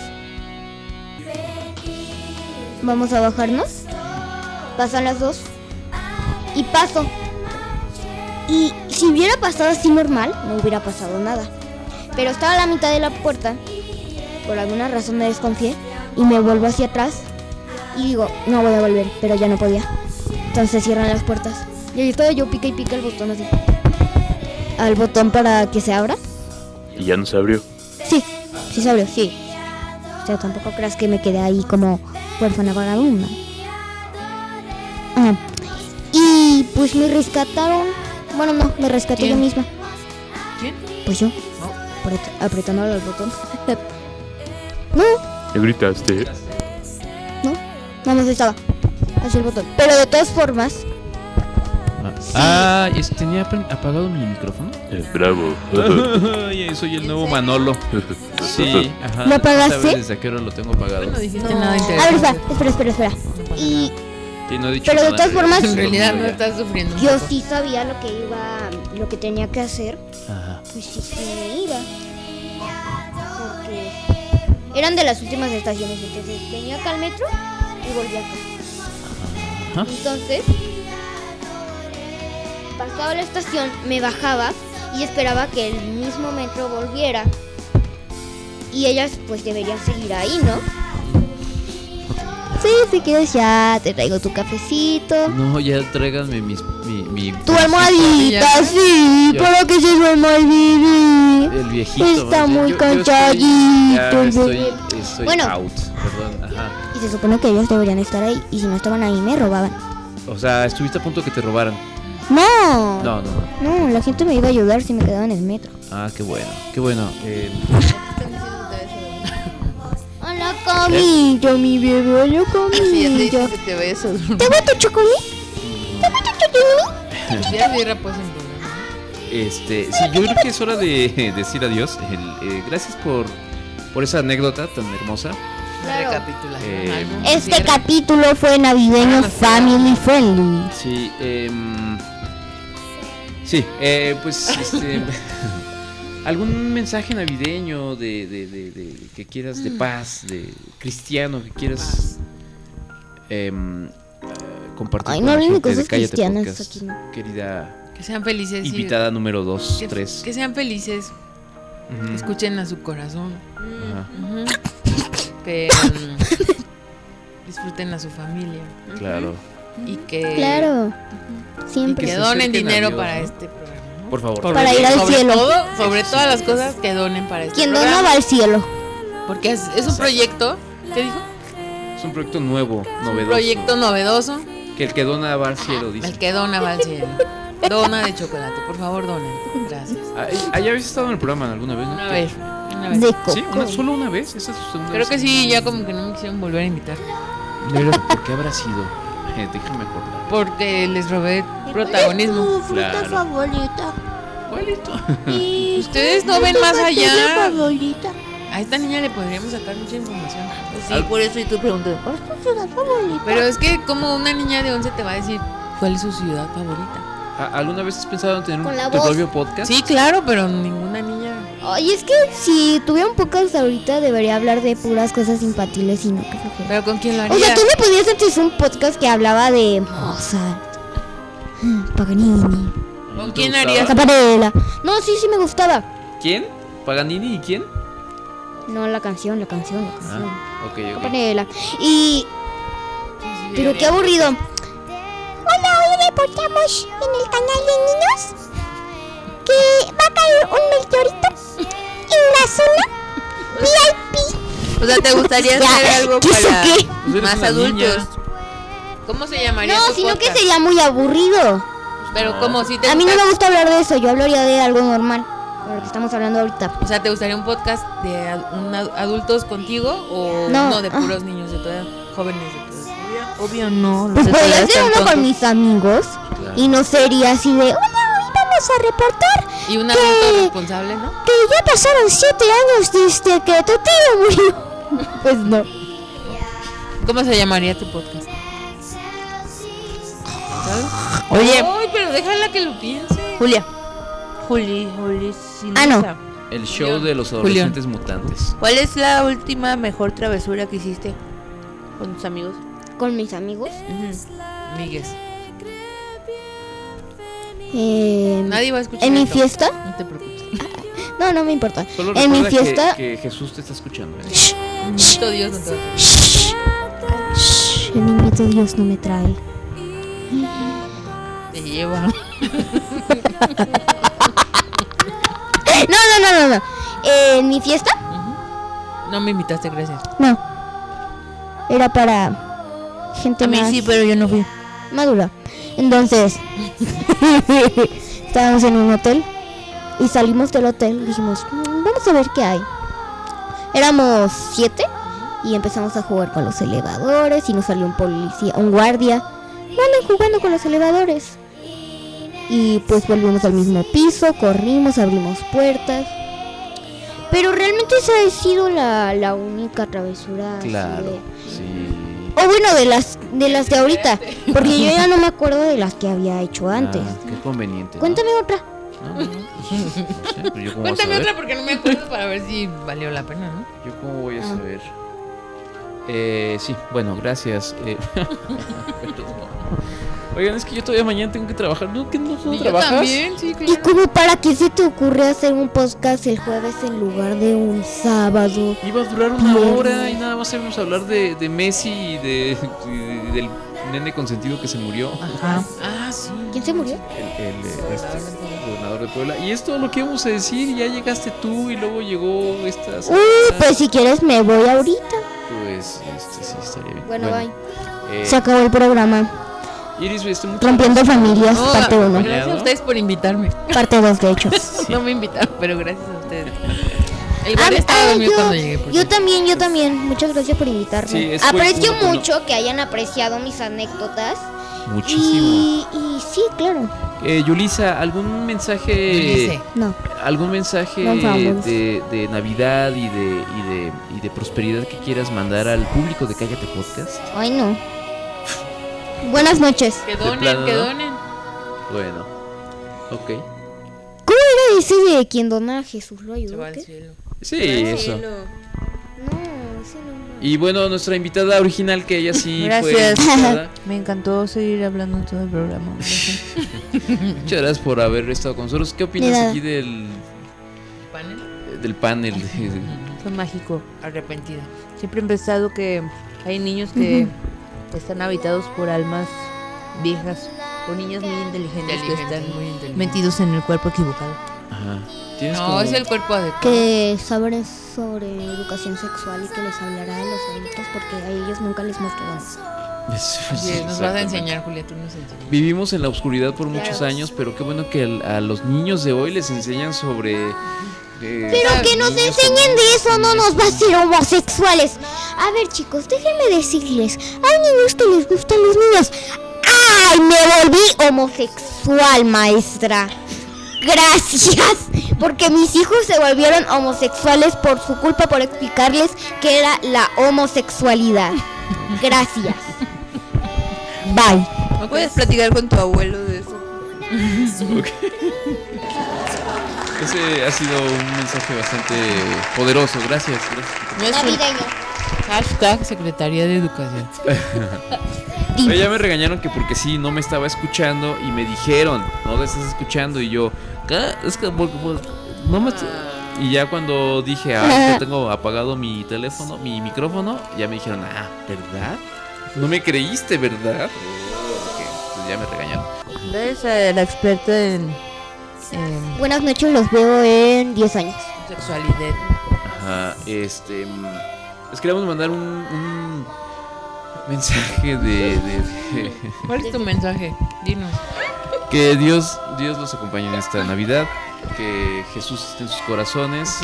Speaker 9: Vamos a bajarnos. Pasan las dos. Y paso. Y si hubiera pasado así normal, no hubiera pasado nada. Pero estaba a la mitad de la puerta. Por alguna razón me desconfié. Y me vuelvo hacia atrás. Y digo, no voy a volver. Pero ya no podía. Entonces cierran las puertas. Y ahí estaba yo pica y pica el botón así. Al botón para que se abra.
Speaker 14: Y ya no se abrió.
Speaker 9: Sí, sí se abrió, sí. O sea, tampoco creas que me quedé ahí como huérfana vagabunda. Ah, y pues me rescataron. Bueno, no, me rescaté
Speaker 11: ¿Quién?
Speaker 9: yo misma.
Speaker 11: ¿Quién?
Speaker 9: Pues yo, apret- apretando el botón. (laughs) no,
Speaker 14: Le gritaste.
Speaker 9: no, nada más estaba. Así el botón. Pero de todas formas,
Speaker 1: Ah, es- tenía pre- apagado mi micrófono. (laughs)
Speaker 14: bravo.
Speaker 1: Ay, soy el nuevo Manolo. Sí, ajá.
Speaker 9: ¿Lo apagaste?
Speaker 1: no sabes desde qué hora lo tengo apagado.
Speaker 11: dijiste nada
Speaker 9: A ver,
Speaker 11: interesante.
Speaker 9: espera, espera, espera, espera. Y
Speaker 1: Sí, no he dicho
Speaker 9: Pero de
Speaker 1: nada
Speaker 9: todas formas-
Speaker 1: eso,
Speaker 9: En realidad no
Speaker 1: ya.
Speaker 11: Estás sufriendo. un
Speaker 9: yo
Speaker 11: poco.
Speaker 9: sí sabía lo que iba, lo que tenía que hacer.
Speaker 1: Ajá.
Speaker 9: Pues sí, sí me iba. Porque eran de las últimas estaciones. Entonces venía acá al metro y volví acá.
Speaker 1: Ajá.
Speaker 9: Entonces, pasaba la estación, me bajaba y esperaba que el mismo metro volviera. Y ellas pues deberían seguir ahí, ¿no? Sí, si quieres ya te traigo tu cafecito.
Speaker 1: No, ya tráiganme mis, mi, mi.
Speaker 9: Tu almohadita, sí,
Speaker 1: Ya.
Speaker 9: pero que se duerma el bebé.
Speaker 1: El viejito.
Speaker 9: Está
Speaker 1: más bien.
Speaker 9: muy
Speaker 1: Yo- yo estoy-
Speaker 9: cansadito
Speaker 1: ya
Speaker 9: el
Speaker 1: Estoy,
Speaker 9: bebé.
Speaker 1: estoy
Speaker 9: Bueno.
Speaker 1: out. Perdón, ajá.
Speaker 9: Y se supone que ellos deberían estar ahí. Y si no estaban ahí, me robaban.
Speaker 1: O sea, estuviste a punto de que te robaran.
Speaker 9: No.
Speaker 1: No, no, no.
Speaker 9: No, la gente me iba a ayudar si me quedaba en el metro.
Speaker 1: Ah, qué bueno. Qué bueno. Eh,
Speaker 9: Hola, comillo, mi bebé. Hola,
Speaker 11: (laughs)
Speaker 9: comillo.
Speaker 11: Te ves a
Speaker 9: ¿Te gusta tu chocolate? ¿Te gusta tu chocolate?
Speaker 11: Ya hubiera pues en
Speaker 1: este, sí, yo creo que es hora de (laughs) decir adiós. El, eh, gracias por, por esa anécdota tan hermosa.
Speaker 11: recapitular.
Speaker 1: Eh,
Speaker 9: Este capítulo fue
Speaker 11: (laughs)
Speaker 9: navideño family friendly.
Speaker 1: Sí, em, sí, eh, pues este, (laughs) algún mensaje navideño de, de- de- de- que quieras de
Speaker 11: Mm.
Speaker 1: paz, de cristiano que quieras em, eh, compartir.
Speaker 9: Ay,
Speaker 1: con
Speaker 9: no
Speaker 1: la
Speaker 9: hablen de
Speaker 1: gente
Speaker 9: cosas
Speaker 1: Cállate
Speaker 9: cristianas
Speaker 1: Podcast,
Speaker 9: aquí, no.
Speaker 1: Querida
Speaker 11: Que sean felices. y-
Speaker 1: invitada número 2,
Speaker 11: que,
Speaker 1: 3.
Speaker 11: que sean felices. Escuchen a su corazón.
Speaker 1: Ajá.
Speaker 11: Ujú.
Speaker 9: (laughs)
Speaker 11: Que mm, disfruten a su familia.
Speaker 1: Claro.
Speaker 11: Y que.
Speaker 9: Claro. Siempre.
Speaker 11: Y que donen
Speaker 1: acerquen a
Speaker 11: dinero
Speaker 1: Dios,
Speaker 11: para
Speaker 1: ¿no?
Speaker 11: este programa. ¿no?
Speaker 1: Por favor.
Speaker 9: Para ir al
Speaker 11: sobre
Speaker 9: cielo.
Speaker 11: todo- sobre todas las cosas que donen para este
Speaker 9: Quien
Speaker 11: programa.
Speaker 9: dona va al cielo.
Speaker 11: Porque es, es un proyecto. ¿Qué dijo?
Speaker 1: Es un proyecto nuevo, novedoso.
Speaker 11: Proyecto novedoso.
Speaker 1: Que el que dona va al cielo, dice.
Speaker 11: El que dona va al cielo. Dona de chocolate. Por favor, donen. Gracias.
Speaker 1: Ay, ay, ¿Ya habéis estado en el programa alguna vez? no?
Speaker 11: Una
Speaker 1: ¿Qué?
Speaker 11: vez. Una vez.
Speaker 9: De
Speaker 1: ¿Sí? ¿Una, ¿Solo una vez? ¿Esa es su segunda
Speaker 11: Creo
Speaker 1: vez?
Speaker 11: que sí, ya como que no me quisieron volver a invitar.
Speaker 1: Pero, ¿por qué habrá sido? (laughs) Eh, déjame acordar.
Speaker 11: Porque les robé protagonismo.
Speaker 1: fruta Claro.
Speaker 11: favorita? (laughs)
Speaker 1: ¿Cuál es tu?
Speaker 11: Ustedes no
Speaker 12: ¿Cuál es
Speaker 11: ven
Speaker 12: tu
Speaker 11: más
Speaker 12: pastilla
Speaker 11: allá.
Speaker 12: favorita?
Speaker 11: A esta niña le podríamos sacar mucha información.
Speaker 12: Sí, por eso y tú preguntas, ¿cuál es tu ciudad favorita?
Speaker 11: Pero es que como una niña de 11 te va a decir cuál es su ciudad favorita.
Speaker 1: ¿A- Ah, ¿Alguna vez has pensado en tener un,
Speaker 9: Con la
Speaker 1: tu
Speaker 9: voz.
Speaker 1: propio podcast?
Speaker 11: Sí, claro, pero ninguna niña.
Speaker 9: Oye, es que si tuviera un podcast ahorita debería hablar de puras cosas infantiles y no que flojera.
Speaker 11: Pero con quién lo haría.
Speaker 9: O sea, tú me podías hacer un podcast que hablaba de Mozart, Paganini,
Speaker 11: ¿Con quién
Speaker 1: gustaba?
Speaker 11: harías?
Speaker 9: Caparela. No, sí, sí me gustaba.
Speaker 1: ¿Quién? ¿Paganini y quién?
Speaker 9: No, la canción, la canción, la canción.
Speaker 1: Ah, ok, ok.
Speaker 9: Caparela. Y. Pero qué aburrido. Hola, hoy reportamos en el canal de niños que va a caer un meteorito en la zona VIP.
Speaker 10: O sea, ¿te gustaría hacer algo para
Speaker 1: Pues
Speaker 11: Pues
Speaker 10: más adultos?
Speaker 11: ¿Cómo se llamaría?
Speaker 9: No,
Speaker 11: tu
Speaker 9: sino que
Speaker 11: podcast?
Speaker 9: sería muy aburrido.
Speaker 11: Pero como si te
Speaker 9: A mí no
Speaker 11: gusta-
Speaker 9: me gusta hablar de eso, yo hablaría de algo normal, de lo que estamos hablando ahorita.
Speaker 11: O sea, ¿te gustaría un podcast de ad- un ad- adultos contigo o
Speaker 9: No.
Speaker 11: uno de
Speaker 9: Ah.
Speaker 11: puros niños de tu edad, jóvenes de tu edad?
Speaker 10: Obvio no.
Speaker 9: Pues
Speaker 10: los
Speaker 9: podría
Speaker 10: estás
Speaker 9: hacer
Speaker 10: tan
Speaker 9: uno
Speaker 10: tonto.
Speaker 9: con mis amigos y no sería así de, hola, hoy vamos a reportar
Speaker 11: Y un adulto
Speaker 9: que,
Speaker 11: responsable, ¿no?
Speaker 9: que ya pasaron siete años desde que tu tío murió. (laughs) Pues no.
Speaker 11: ¿Cómo se llamaría tu podcast? ¿Sabes?
Speaker 10: Oye.
Speaker 11: Ay, pero déjala que lo piense.
Speaker 10: Julia. Juli, Juli, sin
Speaker 9: Ah, no.
Speaker 10: esa.
Speaker 1: El show de los
Speaker 10: Julián.
Speaker 1: adolescentes mutantes.
Speaker 10: ¿Cuál es la última mejor travesura que hiciste con tus amigos?
Speaker 9: con mis amigos.
Speaker 11: Migues.
Speaker 9: eh,
Speaker 11: Nadie va a escuchar
Speaker 9: En mi
Speaker 11: esto.
Speaker 9: fiesta.
Speaker 11: No te preocupes.
Speaker 9: No, no me importa.
Speaker 1: Solo
Speaker 9: en mi
Speaker 1: recuerda que-
Speaker 9: fiesta.
Speaker 1: Que, Jesús te está escuchando. ¿eh?
Speaker 11: Bendito Dios no te va a tocar.
Speaker 9: Shh, el invito Dios no me trae.
Speaker 11: Te lleva.
Speaker 9: No, no, no, no, no. Eh, en mi fiesta.
Speaker 11: No me invitaste, gracias.
Speaker 9: No. Era para gente
Speaker 11: A mí
Speaker 9: más
Speaker 11: sí, pero yo no fui.
Speaker 9: madura. Entonces, (laughs) estábamos en un hotel y salimos del hotel. Dijimos, "Mm, vamos a ver qué hay. Éramos siete y empezamos a jugar con los elevadores y nos salió un policía, un guardia. No anden jugando con los elevadores. Y pues volvimos al mismo piso, corrimos, abrimos puertas. Pero realmente esa ha sido la, la única travesura. así de-
Speaker 1: Claro, sí.
Speaker 9: o bueno, de las de las de ahorita, porque yo ya no me acuerdo de las que había hecho antes.
Speaker 1: Ah, qué conveniente. ¿no?
Speaker 9: Cuéntame otra.
Speaker 1: No sé, pero yo cómo voy a
Speaker 11: Cuéntame
Speaker 1: saber.
Speaker 11: otra porque no me acuerdo para ver si valió la pena, ¿no?
Speaker 1: Yo cómo voy a
Speaker 11: Ah.
Speaker 1: saber. Eh, sí, bueno, gracias.
Speaker 11: (laughs)
Speaker 1: eh. Perdón. Oigan, es que yo todavía mañana tengo que trabajar. ¿No que no, no
Speaker 11: Y yo
Speaker 1: trabajas?
Speaker 11: también, sí, claro.
Speaker 9: ¿Y cómo para qué se te ocurre hacer un podcast el jueves en lugar de un sábado?
Speaker 1: Iba a durar Una hora y nada más íbamos a hablar de, de Messi y de, y del nene consentido que se murió.
Speaker 11: Ah, sí.
Speaker 9: ¿Quién se murió?
Speaker 1: El, el, eh, este, gobernador de Puebla. Y es todo lo que íbamos a decir. Ya llegaste tú y luego llegó esta.
Speaker 9: Uh, pues si quieres me voy ahorita.
Speaker 1: Pues, este, sí, estaría bien.
Speaker 9: Bueno,
Speaker 1: eh,
Speaker 9: Se acabó el programa.
Speaker 1: Iris, este, mucho
Speaker 9: Rompiendo
Speaker 1: gusto.
Speaker 9: familias,
Speaker 11: No,
Speaker 9: parte uno.
Speaker 11: Gracias a ustedes por invitarme.
Speaker 9: Parte dos, (laughs) de hecho.
Speaker 11: No me invitaron, pero gracias a ustedes. El
Speaker 9: Ah,
Speaker 11: guardia estaba
Speaker 9: ah,
Speaker 11: dormido
Speaker 9: yo-
Speaker 11: cuando llegué. por
Speaker 9: Yo
Speaker 11: cierto.
Speaker 9: también, yo también. Muchas gracias por invitarme.
Speaker 11: Sí, es
Speaker 9: Aprecio
Speaker 11: juez uno,
Speaker 9: mucho que hayan apreciado mis anécdotas.
Speaker 1: Muchísimo.
Speaker 9: Y, y sí, claro.
Speaker 1: Eh, Yulisa, ¿algún mensaje?
Speaker 9: Yulice. No.
Speaker 1: ¿Algún mensaje
Speaker 9: No, vamos.
Speaker 1: de, de Navidad y de, y, de, y de prosperidad que quieras mandar al público de Cállate Podcast?
Speaker 9: Ay, no. Buenas noches.
Speaker 11: Que
Speaker 1: De
Speaker 11: donen,
Speaker 1: plano,
Speaker 11: que
Speaker 1: ¿no?
Speaker 11: donen.
Speaker 1: Bueno, ok.
Speaker 9: ¿Cómo era ese de quien dona a Jesús lo ayudó? ¿Qué?
Speaker 1: Sí,
Speaker 9: Ay,
Speaker 1: eso.
Speaker 9: no. No, ese no.
Speaker 1: Y bueno, nuestra invitada original, que ella sí
Speaker 10: Gracias.
Speaker 1: fue.
Speaker 9: (laughs)
Speaker 1: invitada.
Speaker 10: Me encantó seguir hablando en todo el programa. Gracias.
Speaker 1: Muchas gracias por haber estado con nosotros. ¿Qué opinas
Speaker 10: De nada.
Speaker 1: aquí del.
Speaker 11: ¿Panel?
Speaker 1: Del panel. de- de-
Speaker 10: Fue mágico. Arrepentida. Siempre he pensado que hay niños que están habitados por almas viejas o niños muy inteligentes que
Speaker 11: Inteligentes,
Speaker 10: están
Speaker 11: muy inteligentes.
Speaker 10: metidos en el cuerpo equivocado.
Speaker 1: Ajá.
Speaker 11: No, es el cuerpo adecuado.
Speaker 9: Que saben sobre educación sexual y que les hablará a los adultos porque a ellos nunca les mostraron.
Speaker 11: Así es,
Speaker 1: (laughs) Sí,
Speaker 11: nos vas a
Speaker 1: exactamente.
Speaker 11: enseñar, Julia, tú nos enseñas.
Speaker 1: Vivimos en la oscuridad por muchos
Speaker 11: Claro.
Speaker 1: años, pero qué bueno que al- a los niños de hoy les enseñan sobre. eh,
Speaker 9: Pero que nos enseñen de eso no nos va a ser homosexuales. A ver, chicos, déjenme decirles. Hay niños que les gustan los niños. ¡Ay, me volví homosexual, maestra! Gracias, porque mis hijos se volvieron homosexuales por su culpa por explicarles que era la homosexualidad. Gracias. Bye.
Speaker 10: ¿No puedes platicar con tu abuelo de eso?
Speaker 1: Ok. Ese ha sido un mensaje bastante poderoso. Gracias. gracias.
Speaker 11: No es un- Hashtag Secretaría de Educación.
Speaker 1: Oye, ya me regañaron que porque sí, no me estaba escuchando y me dijeron, no te estás escuchando y yo, "¿Qué? Es que por- por- no me estoy-". Y ya cuando dije, ah,
Speaker 9: (laughs)
Speaker 1: que tengo apagado mi teléfono, mi micrófono, ya me dijeron, ah, ¿verdad? No me creíste, ¿verdad? Ok, pues ya me regañaron.
Speaker 10: Eres eh, la experta en, en
Speaker 9: Buenas noches, los veo en 10 años.
Speaker 10: sexualidad.
Speaker 1: Ajá, este. mm, Les queríamos mandar un, un mensaje de, de- de-
Speaker 11: ¿Cuál
Speaker 10: Este.
Speaker 11: es tu mensaje? Dinos.
Speaker 1: que Dios, Dios los acompañe en esta Navidad, que Jesús esté en sus corazones.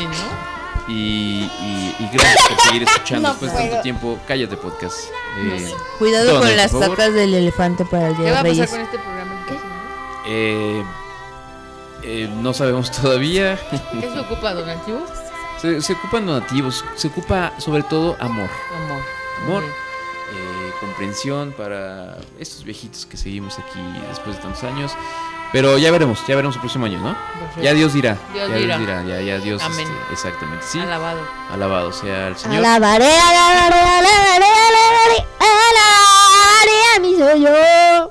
Speaker 1: Y, y- y gracias por seguir escuchando
Speaker 10: No
Speaker 1: después de
Speaker 10: puedo.
Speaker 1: tanto tiempo. Cállate, podcast. Eh,
Speaker 10: Cuidado
Speaker 1: donen,
Speaker 10: con las
Speaker 1: por favor.
Speaker 10: tacas del elefante para el
Speaker 11: ¿Qué va
Speaker 10: día
Speaker 11: a
Speaker 10: de
Speaker 11: pasar
Speaker 10: Reyes.
Speaker 11: con este programa?
Speaker 1: Eh, eh, no sabemos todavía.
Speaker 11: ¿Qué se ocupa, don Archivos?
Speaker 1: Se, se ocupan donativos, se ocupa sobre todo amor.
Speaker 11: Amor.
Speaker 1: Amor, eh, comprensión para estos viejitos que seguimos aquí después de tantos años. Pero ya veremos, ya veremos el próximo año, ¿no?
Speaker 11: Perfecto.
Speaker 1: Ya Dios dirá.
Speaker 11: Dios
Speaker 1: ya
Speaker 11: dirá.
Speaker 1: ya, ya Dios.
Speaker 11: Amén.
Speaker 1: este, exactamente, sí.
Speaker 11: Alabado.
Speaker 1: Alabado sea el Señor.
Speaker 9: Alabaré, alabaré, alabaré, alabaré, alabaré. mí soy yo.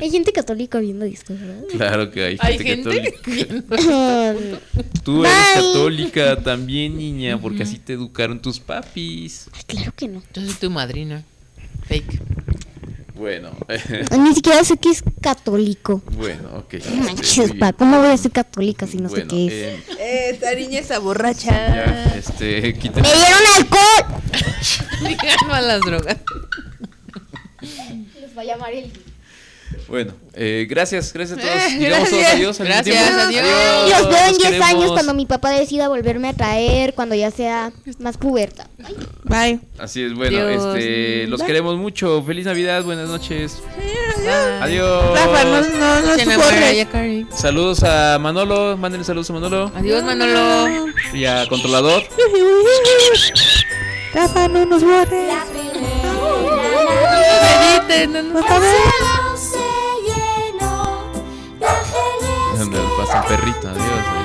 Speaker 9: Hay gente católica viendo discos, ¿verdad?
Speaker 1: Claro que hay gente,
Speaker 9: Hay
Speaker 1: católica.
Speaker 11: (laughs)
Speaker 9: Em,
Speaker 1: Tú eres
Speaker 9: Bye.
Speaker 1: católica también, niña, porque así te educaron tus papis.
Speaker 9: claro que no.
Speaker 11: Yo soy tu madrina. Fake.
Speaker 1: Bueno, (laughs)
Speaker 9: Ni siquiera sé que es católico.
Speaker 1: bueno, ok.
Speaker 9: No
Speaker 1: Este,
Speaker 9: Manches,
Speaker 1: muy
Speaker 9: pa,
Speaker 1: bien.
Speaker 9: ¿cómo voy a ser católica si no
Speaker 1: Bueno,
Speaker 9: sé qué es?
Speaker 1: eh,
Speaker 10: Esta niña está borracha.
Speaker 1: ya, este, quita-
Speaker 9: ¡Me dieron alcohol!
Speaker 11: Digan a las drogas.
Speaker 9: Los va a llamar el.
Speaker 1: Bueno, eh, gracias, gracias a todos.
Speaker 11: Eh,
Speaker 1: Digamos todos
Speaker 11: gracias.
Speaker 1: adiós. al mismo
Speaker 11: Gracias,
Speaker 1: tiempo.
Speaker 11: adiós.
Speaker 9: Y los veo en
Speaker 1: los
Speaker 9: 10 años
Speaker 1: queremos.
Speaker 9: cuando mi papá decida volverme a traer, cuando ya sea más puberta.
Speaker 10: Bye.
Speaker 1: Así es, bueno,
Speaker 9: Adiós.
Speaker 1: este, los
Speaker 9: Bye.
Speaker 1: queremos mucho. Feliz Navidad, buenas noches. Adiós.
Speaker 10: Rafa, no, no, no
Speaker 11: Se
Speaker 10: te
Speaker 11: enamora
Speaker 10: corres.
Speaker 11: ya, Cari.
Speaker 1: Saludos a Manolo, mándenle saludos a Manolo
Speaker 11: Adiós, Manolo.
Speaker 1: y a Controlador.
Speaker 10: Rafa, no nos borres.
Speaker 11: No nos
Speaker 1: Donde pasa el perrito, adiós. adiós.